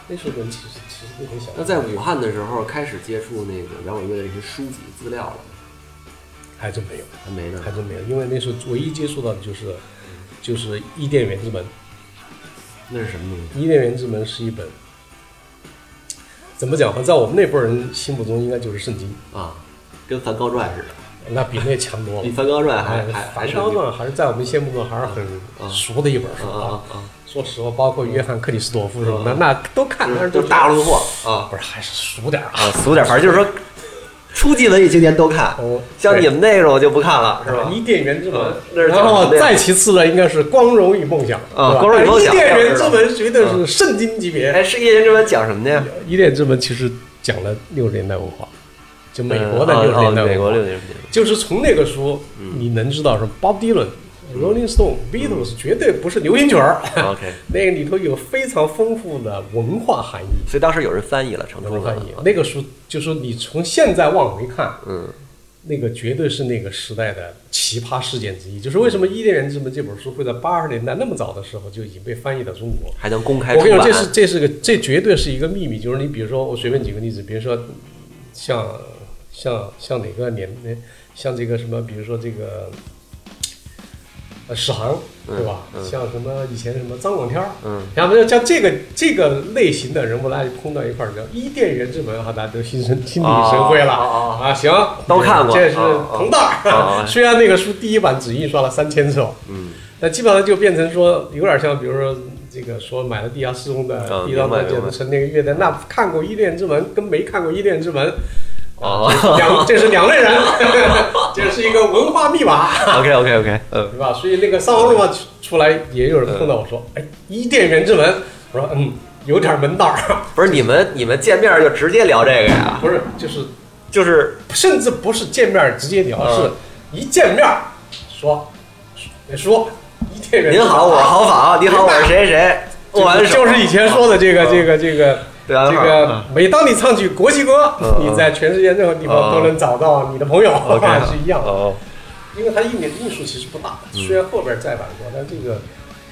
B: 那时候人其实其实都很享受。
A: 那在武汉的时候开始接触那个摇滚乐的一些书籍资料了吗，
B: 还真没有，
A: 还没呢
B: 还。真没有，因为那时候唯一接触到的就是就是《伊甸园之门》。
A: 那是什么东西？
B: 《伊甸园之门》是一本怎么讲呢？在我们那辈儿人心目中，应该就是圣经，
A: 啊，跟《梵高传》似的，
B: 那比那强多
A: 比《
B: 了。
A: 梵高传》还
B: 哎
A: 还嗯还
B: 梵
A: 神
B: 高
A: 秘
B: 呢，还是在我们心目中还是很熟的一本书
A: 啊啊啊！
B: 说实话，包括约翰·克里斯朵夫什么的，
A: 嗯
B: 那都看，但
A: 啊
B: 是
A: 都
B: 都
A: 是大陆货啊
B: 不是还是熟点儿啊。
A: 啊，俗点，反正就是说，初级文艺青年都看
B: 哦，嗯
A: 像你们那种我就不看了，是吧？
B: 伊甸园之门
A: 啊那是，
B: 然
A: 讲
B: 后
A: 的
B: 再其次呢，应该是《光荣与梦想》
A: 啊
B: 是吧
A: 光荣与梦想
B: 伊甸园之门绝对是圣经级别。
A: 哎，世界人之门讲什么的呀？
B: 伊甸园之门其实讲了六十年代文化，就美国的六十年
A: 哦
B: 代文化。
A: 哦美国六十年嗯代文化，
B: 就是从那个书，你能知道是 Bob Dylan、Rolling
A: 嗯
B: Stone、Beatles 绝对不是流行曲儿。
A: OK
B: 那个里头有非常丰富的文化含义。
A: 所以当时有人翻译了，成
B: 文
A: 功
B: 化
A: 了
B: 含义，那个书就说你从现在往回看，
A: 嗯，
B: 那个绝对是那个时代的奇葩事件之一。就是为什么《伊甸园之门》这本书会在八十年代那么早的时候就已经被翻译到中国？
A: 还能啊公开
B: 我
A: 出
B: 跟你
A: 版
B: 说，这是这是个这绝对是一个秘密。就是你比如说，我随便举个例子，比如说像像像哪个年那像这个什么，比如说这个呃史航对吧？像什么以前什么张广天儿，
A: 嗯，
B: 然后像这个这个类型的人物，大家碰到一块儿叫伊甸园之门哈，大家都心生心领神会了、
A: 哦哦
B: 啊。行，
A: 都看过
B: 这是
A: 哦哦
B: 同道儿。
A: 哦哦
B: 虽然那个书第一版只印刷了三千册，
A: 嗯，
B: 那基本上就变成说，有点像，比如说这个说买了地下室中的
A: 嗯
B: 第一张
A: 明白
B: 专辑
A: 明白
B: 成那个乐队，那看过《伊甸之门》跟没看过《伊甸之门》
A: 哦
B: 两这是两类人， 这是一个文化密码，
A: ，OK OK OK，嗯，
B: 对吧？所以那个上网路嘛出出来，也有人碰到我说，
A: 嗯
B: 哎，《伊甸园之门》，我说嗯，有点门道儿，
A: 不是你们你们见面就直接聊这个呀？
B: 不是，就是
A: 就是
B: 甚至不是见面儿直接聊，
A: 嗯
B: 是一见面儿说说伊甸园之
A: 您
B: 门。
A: 好，我豪仿，你好，我是谁 谁，握完手
B: 就是以前说的这个这个这个
A: 对啊
B: 这
A: 嗯
B: 个，每当你唱起国旗歌
A: 嗯，嗯
B: 你在全世界任何地方都能找到你的朋友，
A: OK
B: 是一样的。
A: 哦，
B: 因为它印的印数其实不大，
A: 嗯
B: 虽然后边再版过，但这个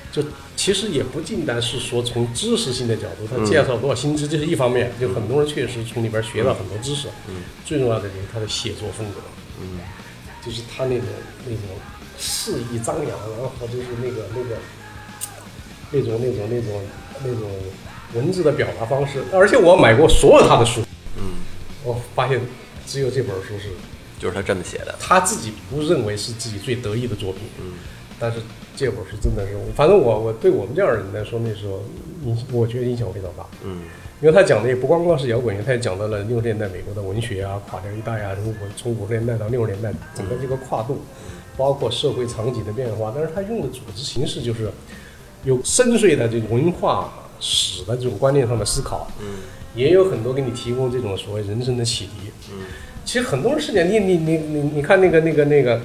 B: 就其实也不尽单是说从知识性的角度，
A: 嗯
B: 它介绍多少新知，这是一方面。就很多人确实从里边学到很多知识，最重要的就是他的写作风格，
A: 嗯，
B: 就是他那种那种肆意张扬，然后就是那个那个那种那种那种那种文字的表达方式。而且我买过所有他的书，
A: 嗯，
B: 我发现只有这本书是
A: 就是他这么写的，
B: 他自己不认为是自己最得意的作品，
A: 嗯
B: 但是这本书真的是，反正我我对我们这样的人来说，那时候影我觉得影响非常大，
A: 嗯
B: 因为他讲的也不光光是摇滚乐，他也讲到了六十年代美国的文学啊、垮掉一代啊，什么我从五十年代到六十年代整个这个跨度，
A: 嗯
B: 包括社会场景的变化，但是他用的组织形式就是有深邃的这种文化史的这种观念上的思考，
A: 嗯
B: 也有很多给你提供这种所谓人生的启迪。
A: 嗯
B: 其实很多人是这样，你你你你你看那个那个那个，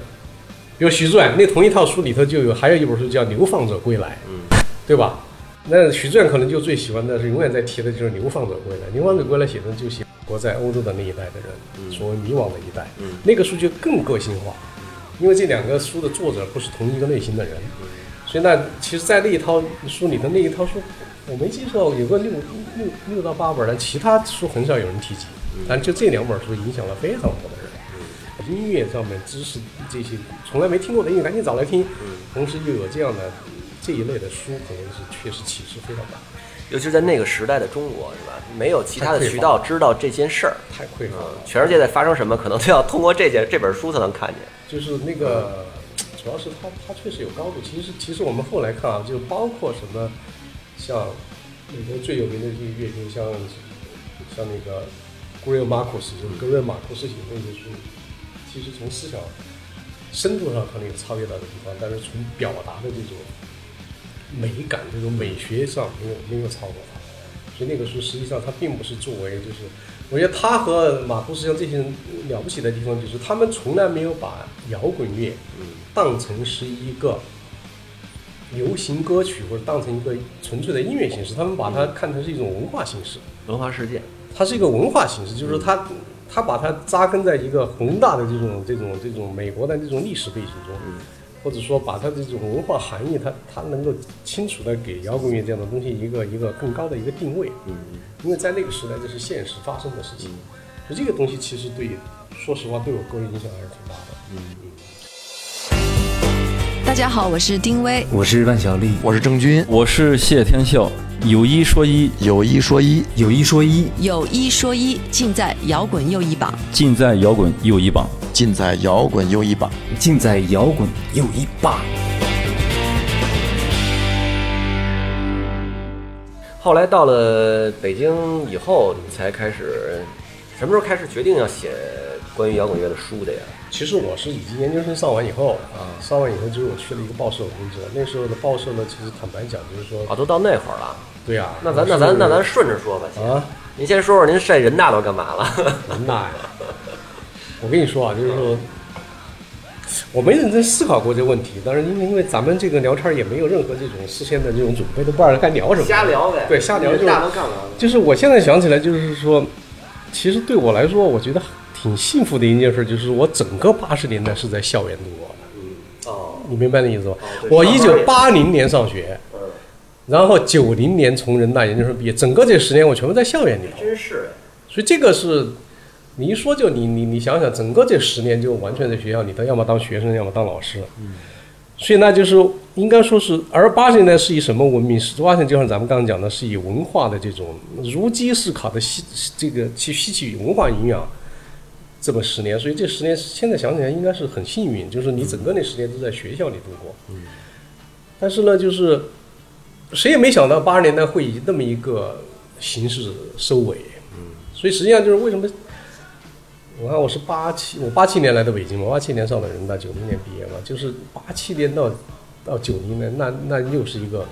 B: 比如徐志远那同一套书里头就有，还有一本书叫《流放者归来》，
A: 嗯，
B: 对吧？那徐志远可能就最喜欢的是永远在提的就是《流放者归来》，《流放者归来》写的就写活在欧洲的那一代的人，所谓迷惘的一代，
A: 嗯
B: 那个书就更个性化，因为这两个书的作者不是同一个类型的人，所以那其实，在那一套书里的那一套书，我没记错，有个六六六到八本但其他书很少有人提及。但就这两本书影响了非常多的人。音乐上面知识这些从来没听过的音乐，赶紧找来听。同时又有这样的这一类的书可能是确实启示非常大，
A: 尤其是在那个时代的中国，是吧？没有其他的
B: 太匮乏
A: 渠道知道这件事儿，
B: 太匮乏了。
A: 全世界在发生什么，可能都要通过这件这本书才能看见。
B: 就是那个，主要是它它确实有高度。其实其实我们后来看啊，就包括什么，像美国最有名的这个乐评，像像那个 g r e 马库斯，就是格瑞马库斯写的那些书，其实从思想深度上可能有超越到的地方，但是从表达的这种美感、这种美学上没有没有超过它。所以那个书实际上它并不是作为就是，我觉得他和马库斯像这些人了不起的地方就是，他们从来没有把摇滚乐
A: 嗯
B: 当成是一个流行歌曲或者当成一个纯粹的音乐形式，他们把它看成是一种文化形式。
A: 嗯文化世界，嗯
B: 它是一个文化形式，就是它它把它扎根在一个宏大的这种这种这种美国的这种历史背景中，
A: 嗯
B: 或者说把它这种文化含义，它它能够清楚的给摇滚乐这样的东西一个一个更高的一个定位，
A: 嗯，
B: 因为在那个时代这是现实发生的事情，就这个东西其实对，说实话对我个人影响还是挺大的。
A: 嗯
D: 大家好，我是丁薇。
E: 我是万小丽，
F: 我是郑钧，
G: 我是谢天笑，有一说一，
F: 有一说一，
E: 有一说一，
D: 有一说一，尽在摇滚又一榜。
G: 尽在摇滚又一榜。
F: 尽在摇滚又一榜。
E: 尽在摇滚又一霸。
A: 后来到了北京以后，你才开始，什么时候开始决定要写关于摇滚乐的书的呀？
B: 其实我是已经研究生上完以后啊，上完以后就是我去了一个报社工作，那时候的报社呢，其实坦白讲就是说，
A: 啊，都到那会儿了。
B: 对呀、啊，
A: 那咱那咱那咱顺着说吧，先。
B: 啊。
A: 您先说说您在人大都干嘛了？
B: 人大呀！啊我跟你说啊，就是说，我没认真思考过这个问题，但是因为因为咱们这个聊天儿也没有任何这种事先的这种准备，都不知道该聊什么，
A: 瞎聊 呗。
B: 对， 瞎聊就
A: 人
B: 是
A: 大都干嘛了？
B: 就是我现在想起来，就是说，其实对我来说，我觉得挺幸福的一件事，就是我整个八十年代是在校园度过的，
A: 哦，
B: 你明白那意思吧？
A: 对
B: 我
A: 上
B: 一
A: 班儿
B: 九
A: 也
B: 八零年上学，
A: 嗯
B: 然后九零年从人大研究生毕业，整个这十年我全部在校园里头。
A: 真是
B: 所以这个是，你一说就你你你想想，整个这十年就完全在学校里头，要么当学生，要么当老师。嗯。所以那就是应该说是，而八十年代是以什么文明？十八年就像咱们刚刚讲的，是以文化的这种如饥似渴的吸这个去吸取文化营养。这么十年，所以这十年现在想起来应该是很幸运，就是你整个那十年都在学校里度过。嗯。但是呢，就是谁也没想到八十年代会以那么一个形式收尾。所以实际上就是为什么，我看我是八七，我八七年来的北京嘛，八七年上的人大，九零年毕业嘛，就是八七年到到九零年，那那又是一个，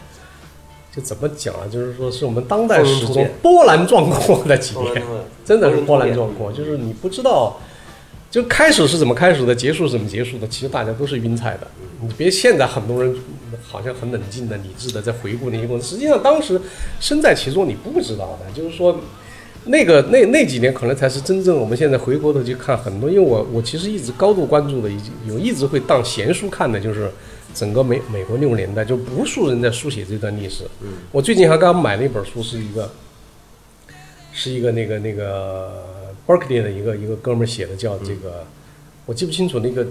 B: 就怎么讲啊？就是说是我们当代
A: 风
B: 史
A: 云突
B: 中
A: 变
B: 波澜壮阔的几
A: 波澜
B: 年
A: 壮阔，
B: 真的是波
A: 波
B: 澜
A: 澜
B: 壮
A: 壮
B: 阔，就是你不知道。就开始是怎么开始的，结束是怎么结束的，其实大家都是晕菜的。你别现在很多人好像很冷静的、理智的在回顾那些过程，实际上当时身在其中你不知道的。就是说，那个那那几年可能才是真正我们现在回过头去看很多，因为我我其实一直高度关注的，已经有一直会当闲书看的，就是整个美美国六十年代，就无数人在书写这段历史。嗯，我最近还刚买了一本书，是一个是一个那个那个 Berkeley 的一个一个哥们儿写的，叫这
A: 嗯
B: 个、我记不清楚那个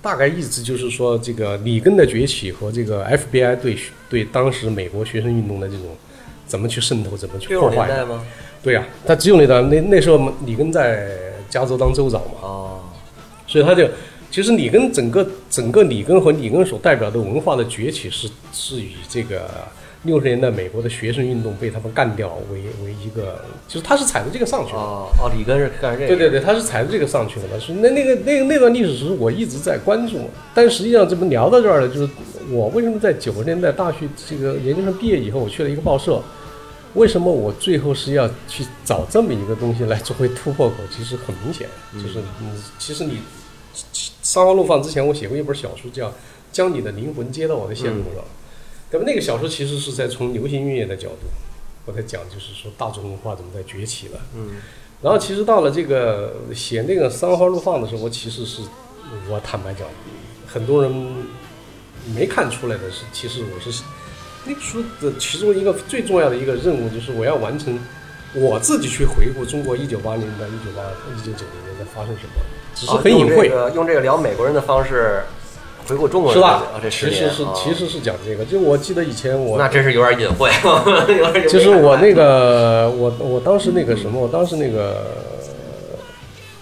B: 大概意思，就是说这个里根的崛起和这个 FBI 对学对当时美国学生运动的这种怎么去渗透，怎么去
A: 六
B: 破
A: 十年
B: 坏。
A: 代吗？
B: 对呀、他只有那段那那时候里根在加州当州长嘛，
A: 哦，
B: 所以他就其实里根整个整个里根和里根所代表的文化的崛起是是以这个六十年代美国的学生运动被他们干掉为为一个，就是他是踩着这个上去的。
A: 哦，哦，里根是干这个。
B: 对对对，他是踩着这个上去的嘛。是那那个那个那段历史是我一直在关注，但实际上这不聊到这儿了，就是我为什么在九十年代大学这个研究生毕业以后，我去了一个报社，为什么我最后是要去找这么一个东西来作为突破口？其实很明显，
A: 嗯
B: 就是你其实你三号路放之前，我写过一本小说叫《将你的灵魂接到我的线
A: 嗯
B: 路上》，那么那个小说其实是在从流行音乐的角度，我在讲就是说大众文化怎么在崛起的。嗯，然后其实到了这个写那个三号路放的时候，我其实是我坦白讲，很多人没看出来的是，其实我是那个书的其中一个最重要的一个任务，就是我要完成我自己去回顾中国一九八零年代、一九八、一九九零年代发生什么，只是
A: 哦
B: 很隐
A: 用
B: 晦。
A: 这个用这个聊美国人的方式回顾中国
B: 是
A: 人的
B: 吧
A: 啊？这十
B: 其
A: 年
B: 实是
A: 啊
B: 其实是讲这个，就我记得以前我
A: 那真是有点隐晦， 有点隐晦
B: 就是我那个，我我当时那个什么，我当时那个，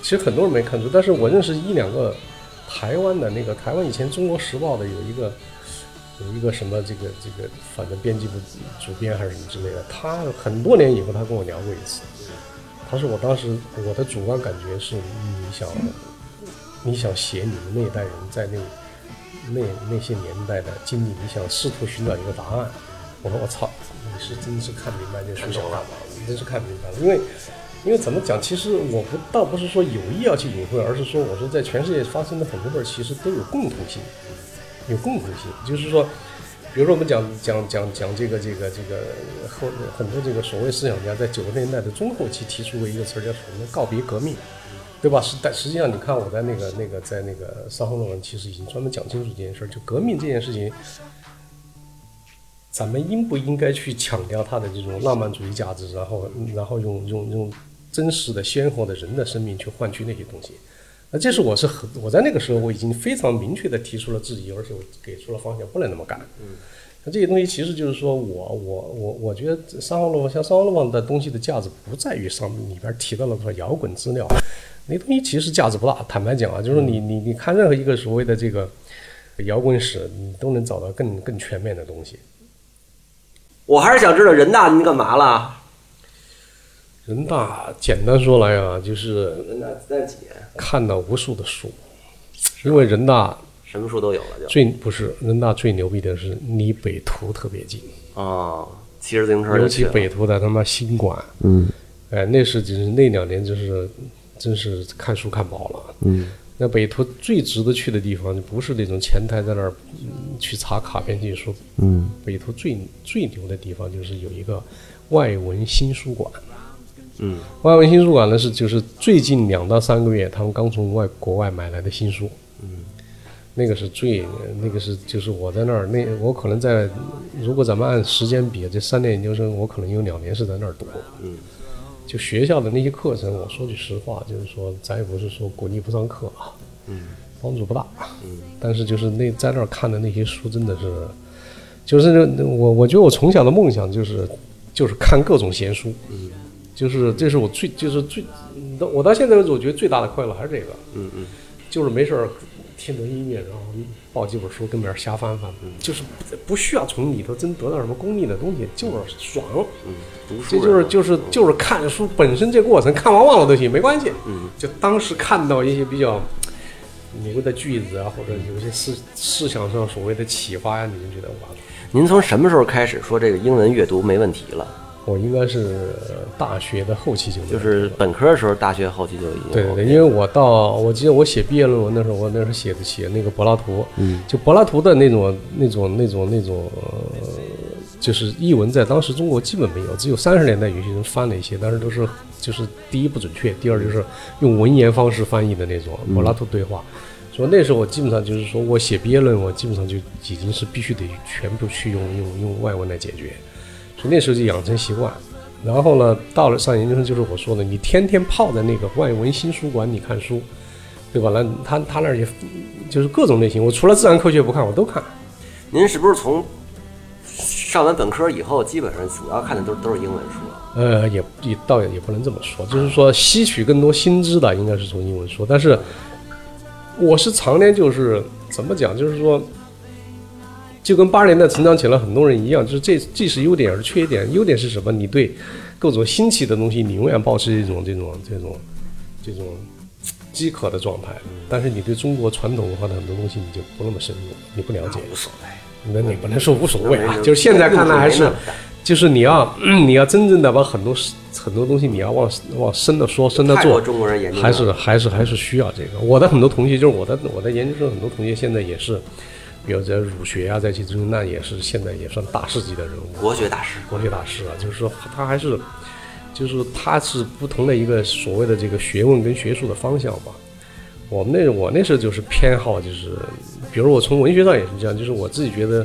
B: 其实很多人没看出，但是我认识一两个台湾的那个台湾以前《中国时报》的有一个有一个什么这个这个，反正编辑部主编还是什么之类的，他很多年以后他跟我聊过一次，他说我当时我的主观感觉是你想你想写你们那一代人在那那那些年代的经历，你想试图寻找一个答案。我说我操，你是真是看明白这书想干嘛了，你真是看明白了。因为因为怎么讲，其实我不倒不是说有意要去隐晦，而是说我说在全世界发生的很多事儿其实都有共同性，有共同性，就是说。比如说，我们讲讲讲讲这个这个这个后很多这个所谓思想家在九十年代的中后期提出过一个词儿叫什么“告别革命”，对吧？是，但实际上你看我在那个那个在那个上后论文，其实已经专门讲清楚这件事儿，就革命这件事情，咱们应不应该去强调它的这种浪漫主义价值，然后然后用用用真实的鲜活的人的生命去换取那些东西？那这是我是很我在那个时候我已经非常明确的提出了质疑，而且我给出了方向，不能那么干。那这些东西其实就是说我我我我觉得沙皇罗曼像沙皇罗曼的东西的价值不在于上面里边提到了说摇滚资料，那东西其实价值不大。坦白讲啊，就是你你你看任何一个所谓的这个摇滚史，你都能找到更更全面的东西。
A: 我还是想知道人大您干嘛了？
B: 人大简单说来啊，就是
A: 人大在几年？
B: 看了无数的书，因为人大
A: 什么书都有了就，
B: 最不是人大最牛逼的是离北图特别近。
A: 哦，骑着自行车
B: 尤
A: 就
B: 其
A: 去了。
B: 北图的他妈新馆，嗯，哎，那是就是那两年就是真是看书看饱了，嗯。那北图最值得去的地方，就不是那种前台在那儿、嗯去查卡片技术，嗯，北图最最牛的地方就是有一个外文新书馆，嗯，外文新书馆呢是就是最近两到三个月他们刚从外国外买来的新书，那个是最，那个是就是我在那儿，那我可能在，如果咱们按时间比，这三年研究生，我可能有两年是在那儿读。嗯，就学校的那些课程，我说句实话，就是说咱也不是说鼓励不上课啊，嗯，帮助不大。嗯，但是就是那在那儿看的那些书，真的是，就是那我我觉得我从小的梦想就是就是看各种闲书，嗯，就是这是我最就是最，我到现在为止，我觉得最大的快乐还是这个，嗯嗯，就是没事儿。听着音乐，然后抱几本书跟边儿瞎翻翻，就是不不需要从里头真得到什么功利的东西，就是爽。嗯，
A: 读书
B: 这
A: 人
B: 就是
A: 嘛嗯
B: 就是就是看书本身这过程，看完忘了都行，没关系。嗯，就当时看到一些比较牛的句子啊，或者有一些思思想上所谓的启发呀、你就觉得哇，
A: 您从什么时候开始说这个英文阅读没问题了？
B: 我应该是大学的后期就
A: 就
B: 就是
A: 本科的时候，大学后期就已经
B: 对对
A: OK
B: 对，因为我到我记得我写毕业论文的时候，我那时候写的写那个柏拉图，嗯，就柏拉图的那种那种那种那种、呃就是译文在当时中国基本没有，只有三十年代有些人翻了一些，但是都是就是第一不准确，第二就是用文言方式翻译的那种柏拉图对话。所以那时候我基本上就是说我写毕业论文，我基本上就已经是必须得全部去用用用外文来解决，所以那时候就养成习惯。然后呢，到了上研究生，就是我说的，你天天泡在那个外文新书馆里看书，对吧？那他他那儿也就是各种类型，我除了自然科学不看，我都看。
A: 您是不是从上完本科以后，基本上主要看的都都是英文书啊？
B: 呃，也也倒也不能这么说，就是说吸取更多新知的应该是从英文说，但是我是常年就是怎么讲，就是说，就跟八十年代成长起来很多人一样，就是这既是优点而缺点。优点是什么？你对各种新奇的东西，你永远保持一种这种这种这种饥渴的状态，但是你对中国传统文化的很多东西，你就不那么深入，你不了解。
A: 无所谓，
B: 那你不能说无所谓
A: 那
B: 啊
A: 没，
B: 就是现在看来还
A: 那
B: 是
A: 没那么大，
B: 就是你要、嗯你要真正的把很多事很多东西你要往往深的说，深的
A: 太
B: 做
A: 多，中国人研究了
B: 还是还是还是需要这个。我的很多同学就是我的我的研究生很多同学现在也是，比如在儒学啊，在其中那也是现在也算大师级的人物，
A: 国学大师。
B: 国学大师啊，就是说他还是就是说他是不同的一个所谓的这个学问跟学术的方向吧。我们那我那时候就是偏好就是，比如我从文学上也是这样，就是我自己觉得，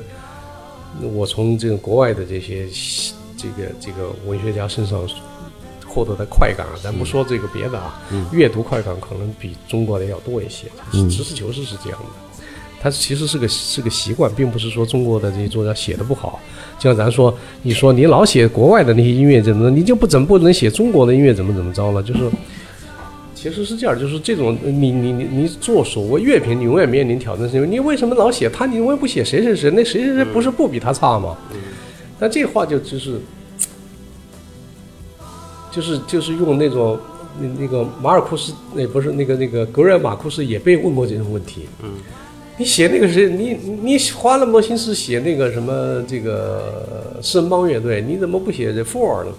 B: 我从这个国外的这些西这个这个文学家身上获得的快感啊，咱不说这个别的啊，阅读快感可能比中国的要多一些，实事求是是这样的。它其实是个是个习惯，并不是说中国的这些作家写的不好。就像咱说，你说你老写国外的那些音乐怎么，你就不怎么不能写中国的音乐怎么怎么着了？就是其实是这样，就是这种你你你你做所谓乐评，你永远面临挑战，是因为你为什么老写他，你永远不写谁谁谁？那谁谁谁不是不比他差吗？但这话就就是就是就是用那种那那个马尔库斯，那不是那个那个格瑞尔马库斯也被问过这种问题。嗯，你写那个谁，你你花那么多心思写那个什么这个圣邦乐队，你怎么不写 The Four 呢？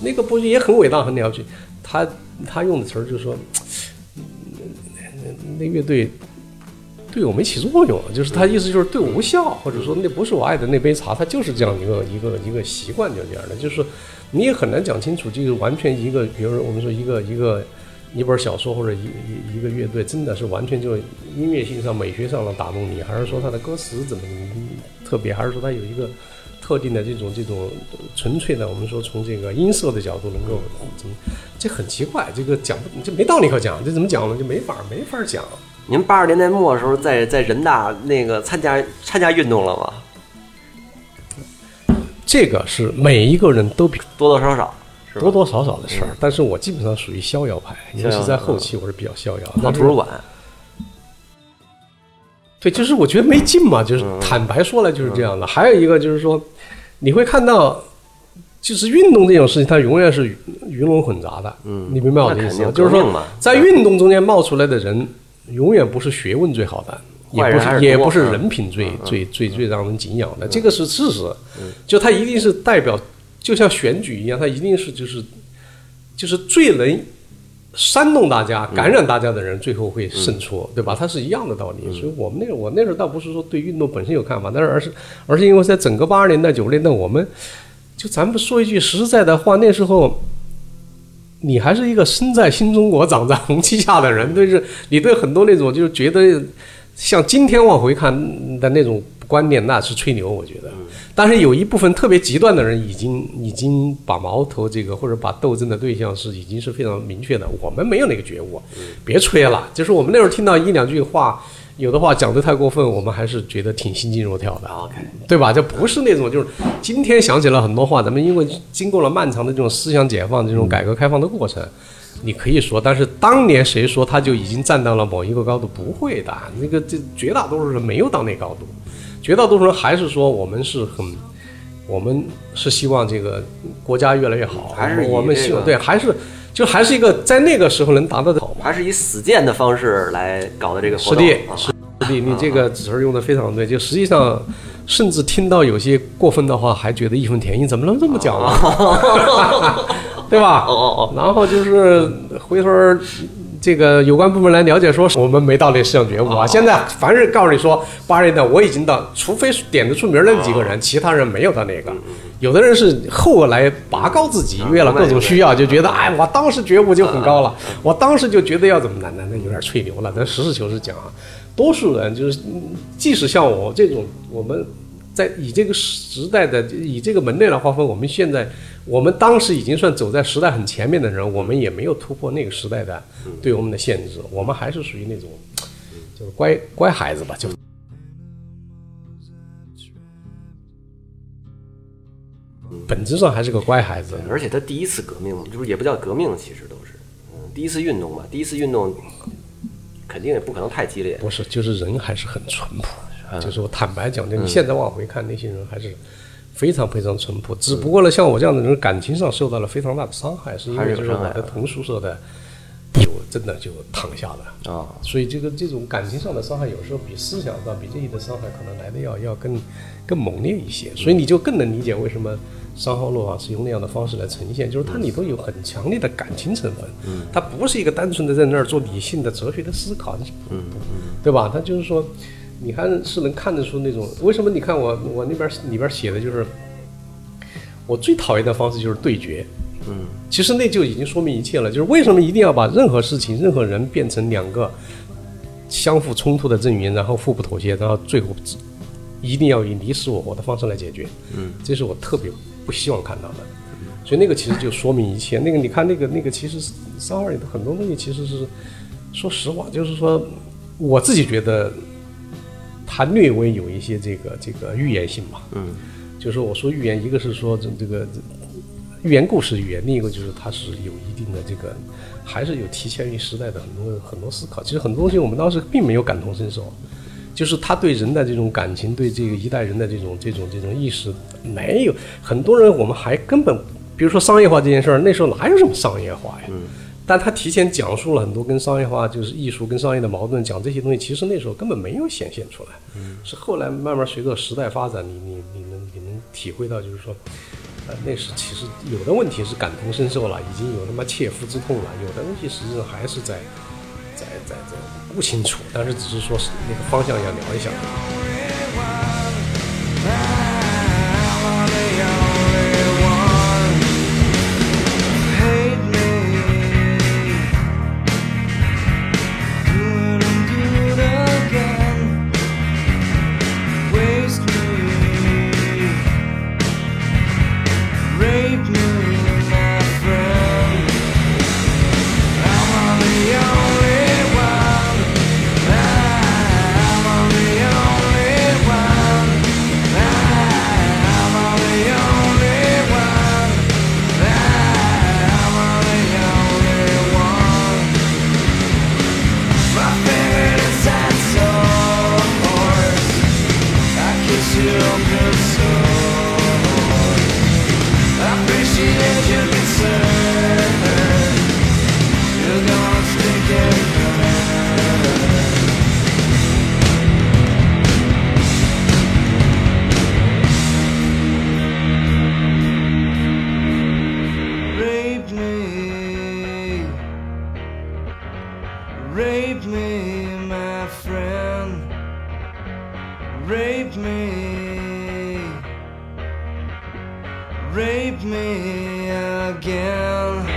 B: 那个不是也很伟大很了不起？他他用的词儿就是说，那那乐队。对我没起作用，就是他意思就是对我无效，或者说那不是我爱的那杯茶，它就是这样一个一个一个习惯，就这样的，就是你也很难讲清楚，这个完全一个，比如说我们说一个一个一本小说或者一一一个乐队，真的是完全就音乐性上、美学上能打动你，还是说它的歌词怎么特别，还是说它有一个特定的这种这种纯粹的，我们说从这个音色的角度能够怎么，这很奇怪，这个讲不这没道理可讲，这怎么讲呢？就没法没法讲。
A: 您八十年代末的时候在在人大那个参加参加运动了吗？
B: 这个是每一个人都比
A: 多多少少是吧？
B: 多多少少的事儿，但是我基本上属于逍遥派，尤
A: 逍
B: 其
A: 遥
B: 在后期我是比较逍遥。
A: 跑
B: 但是
A: 图书馆，
B: 对，就是我觉得没劲嘛，就是
A: 嗯
B: 坦白说来就是这样的。还有一个就是说，你会看到，就是运动这种事情，它永远是鱼鱼龙混杂的。嗯，你明白我的意
A: 那肯
B: 思
A: 定
B: 吗？就是
A: 革命嘛
B: 说，在运动中间冒出来的人，永远不是学问最好的。也
A: 坏
B: 不
A: 人还是
B: 是
A: 多
B: 也不是
A: 嗯嗯
B: 人品最最最最让人敬仰的，这个是事实。就他一定是代表，就像选举一样，他一定是就是就是最能煽动大家、
A: 嗯
B: 感染大家的人，最后会胜出，对吧？它是一样的道
A: 嗯
B: 理。所以我们那个我那时候倒不是说对运动本身有看法，但是而是而是因为在整个八十年代、九十年代，我们就咱们说一句实在的话，那时候。你还是一个身在新中国、长在红旗下的人，对是，你对很多那种就是觉得像今天往回看的那种观念，那是吹牛，我觉得。但是有一部分特别极端的人，已经已经把矛头这个或者把斗争的对象是已经是非常明确的。我们没有那个觉悟，啊别吹了。就是我们那时候听到一两句话，有的话讲得太过分，我们还是觉得挺心惊肉跳的。OK，对吧？这不是那种就是今天想起了很多话，咱们因为经过了漫长的这种思想解放、这种改革开放的过程。你可以说，但是当年谁说他就已经站到了某一个高度？不会的，那个这绝大多数人没有到那高度，绝大多数人还是说我们是很，我们是希望这个国家越来越好，
A: 还是以
B: 我们
A: 这
B: 希望
A: 个
B: 对，还是就还是一个在那个时候能达到的好嘛。
A: 还是以死谏的方式来搞的这个活
B: 师
A: 动
B: 弟
A: 啊，
B: 师弟，你这个词儿用的非常对，就实际上。甚至听到有些过分的话，还觉得义愤填膺，怎么能这么讲啊？ 对吧？
A: 哦哦
B: 然后就是回头儿这个有关部门来了解说，我们没到那思想觉悟
A: 哦
B: 啊。现在凡是告诉你说八人的，我已经到，除非点得出名儿那几个
A: 哦
B: 人，其他人没有到那个。有的人是后来拔高自
A: 哦
B: 己，为了各种需要，就觉得哎，我当时觉悟就很高了，我当时就觉得要怎么难难，那有点吹牛了。咱实事求是讲啊，多数人就是，嗯即使像我这种，我们呃在以这个时代的以这个门类来划分，我们现在我们当时已经算走在时代很前面的人，我们也没有突破那个时代的对我们的限制，我们还是属于那种就是乖乖孩子吧，就本质上还是个乖孩子。
A: 而且他第一次革命就是也不叫革命，其实都是，嗯，第一次运动嘛，第一次运动肯定也不可能太激烈，
B: 不是，就是人还是很淳朴。
A: 啊
B: 就是我坦白讲，就
A: 嗯
B: 你现在往回看，那些人还是非常非常淳
A: 嗯
B: 朴。只不过呢，像我这样的人，感情上受到了非常大的伤害，是因
A: 还是
B: 为
A: 有
B: 就是
A: 伤
B: 我
A: 害
B: 的
A: 的
B: 同宿舍的有真的就躺下了。
A: 啊，
B: 所以这个这种感情上的伤害，有时候比思想上、比这些的伤害可能来的要要更更猛烈一些，所以你就更能理解为什么商号路啊是用那样的方式来呈现，就是它里头有很强烈的感情成分，
A: 嗯
B: 它不是一个单纯的在那儿做理性的哲学的思考，你不对吧？它就是说，你还是能看得出那种为什么？你看我我那边里边写的就是，我最讨厌的方式就是对决，其实那就已经说明一切了，就是为什么一定要把任何事情、任何人变成两个相互冲突的阵营，然后互不妥协，然后最后只一定要以你死我活的方式来解决。嗯，这是我特别不希望看到的。所以那个其实就说明一切。那个你看，那个那个其实三号里的很多东西其实是，说实话，就是说我自己觉得。它略微有一些这个这个预言性吧。
A: 嗯，
B: 就是说我说预言，一个是说这这个这寓言故事预言，另一个就是它是有一定的这个，还是有提前于时代的很多很多思考。其实很多东西我们当时并没有感同身受，就是他对人的这种感情，对这个一代人的这种这种这种意识，没有很多人我们还根本，比如说商业化这件事儿，那时候哪有什么商业化呀？但他提前讲述了很多跟商业化，就是艺术跟商业的矛盾，讲这些东西，其实那时候根本没有显现出来，是后来慢慢随着时代发展，你你你能你能体会到，就是说，呃，那时其实有的问题是感同身受了，已经有他妈切肤之痛了，有的东西实际上还是在在在在不清楚，但是只是说是那个方向要聊一下。
H: Rape me, rape me, my friend. Rape me, rape me again.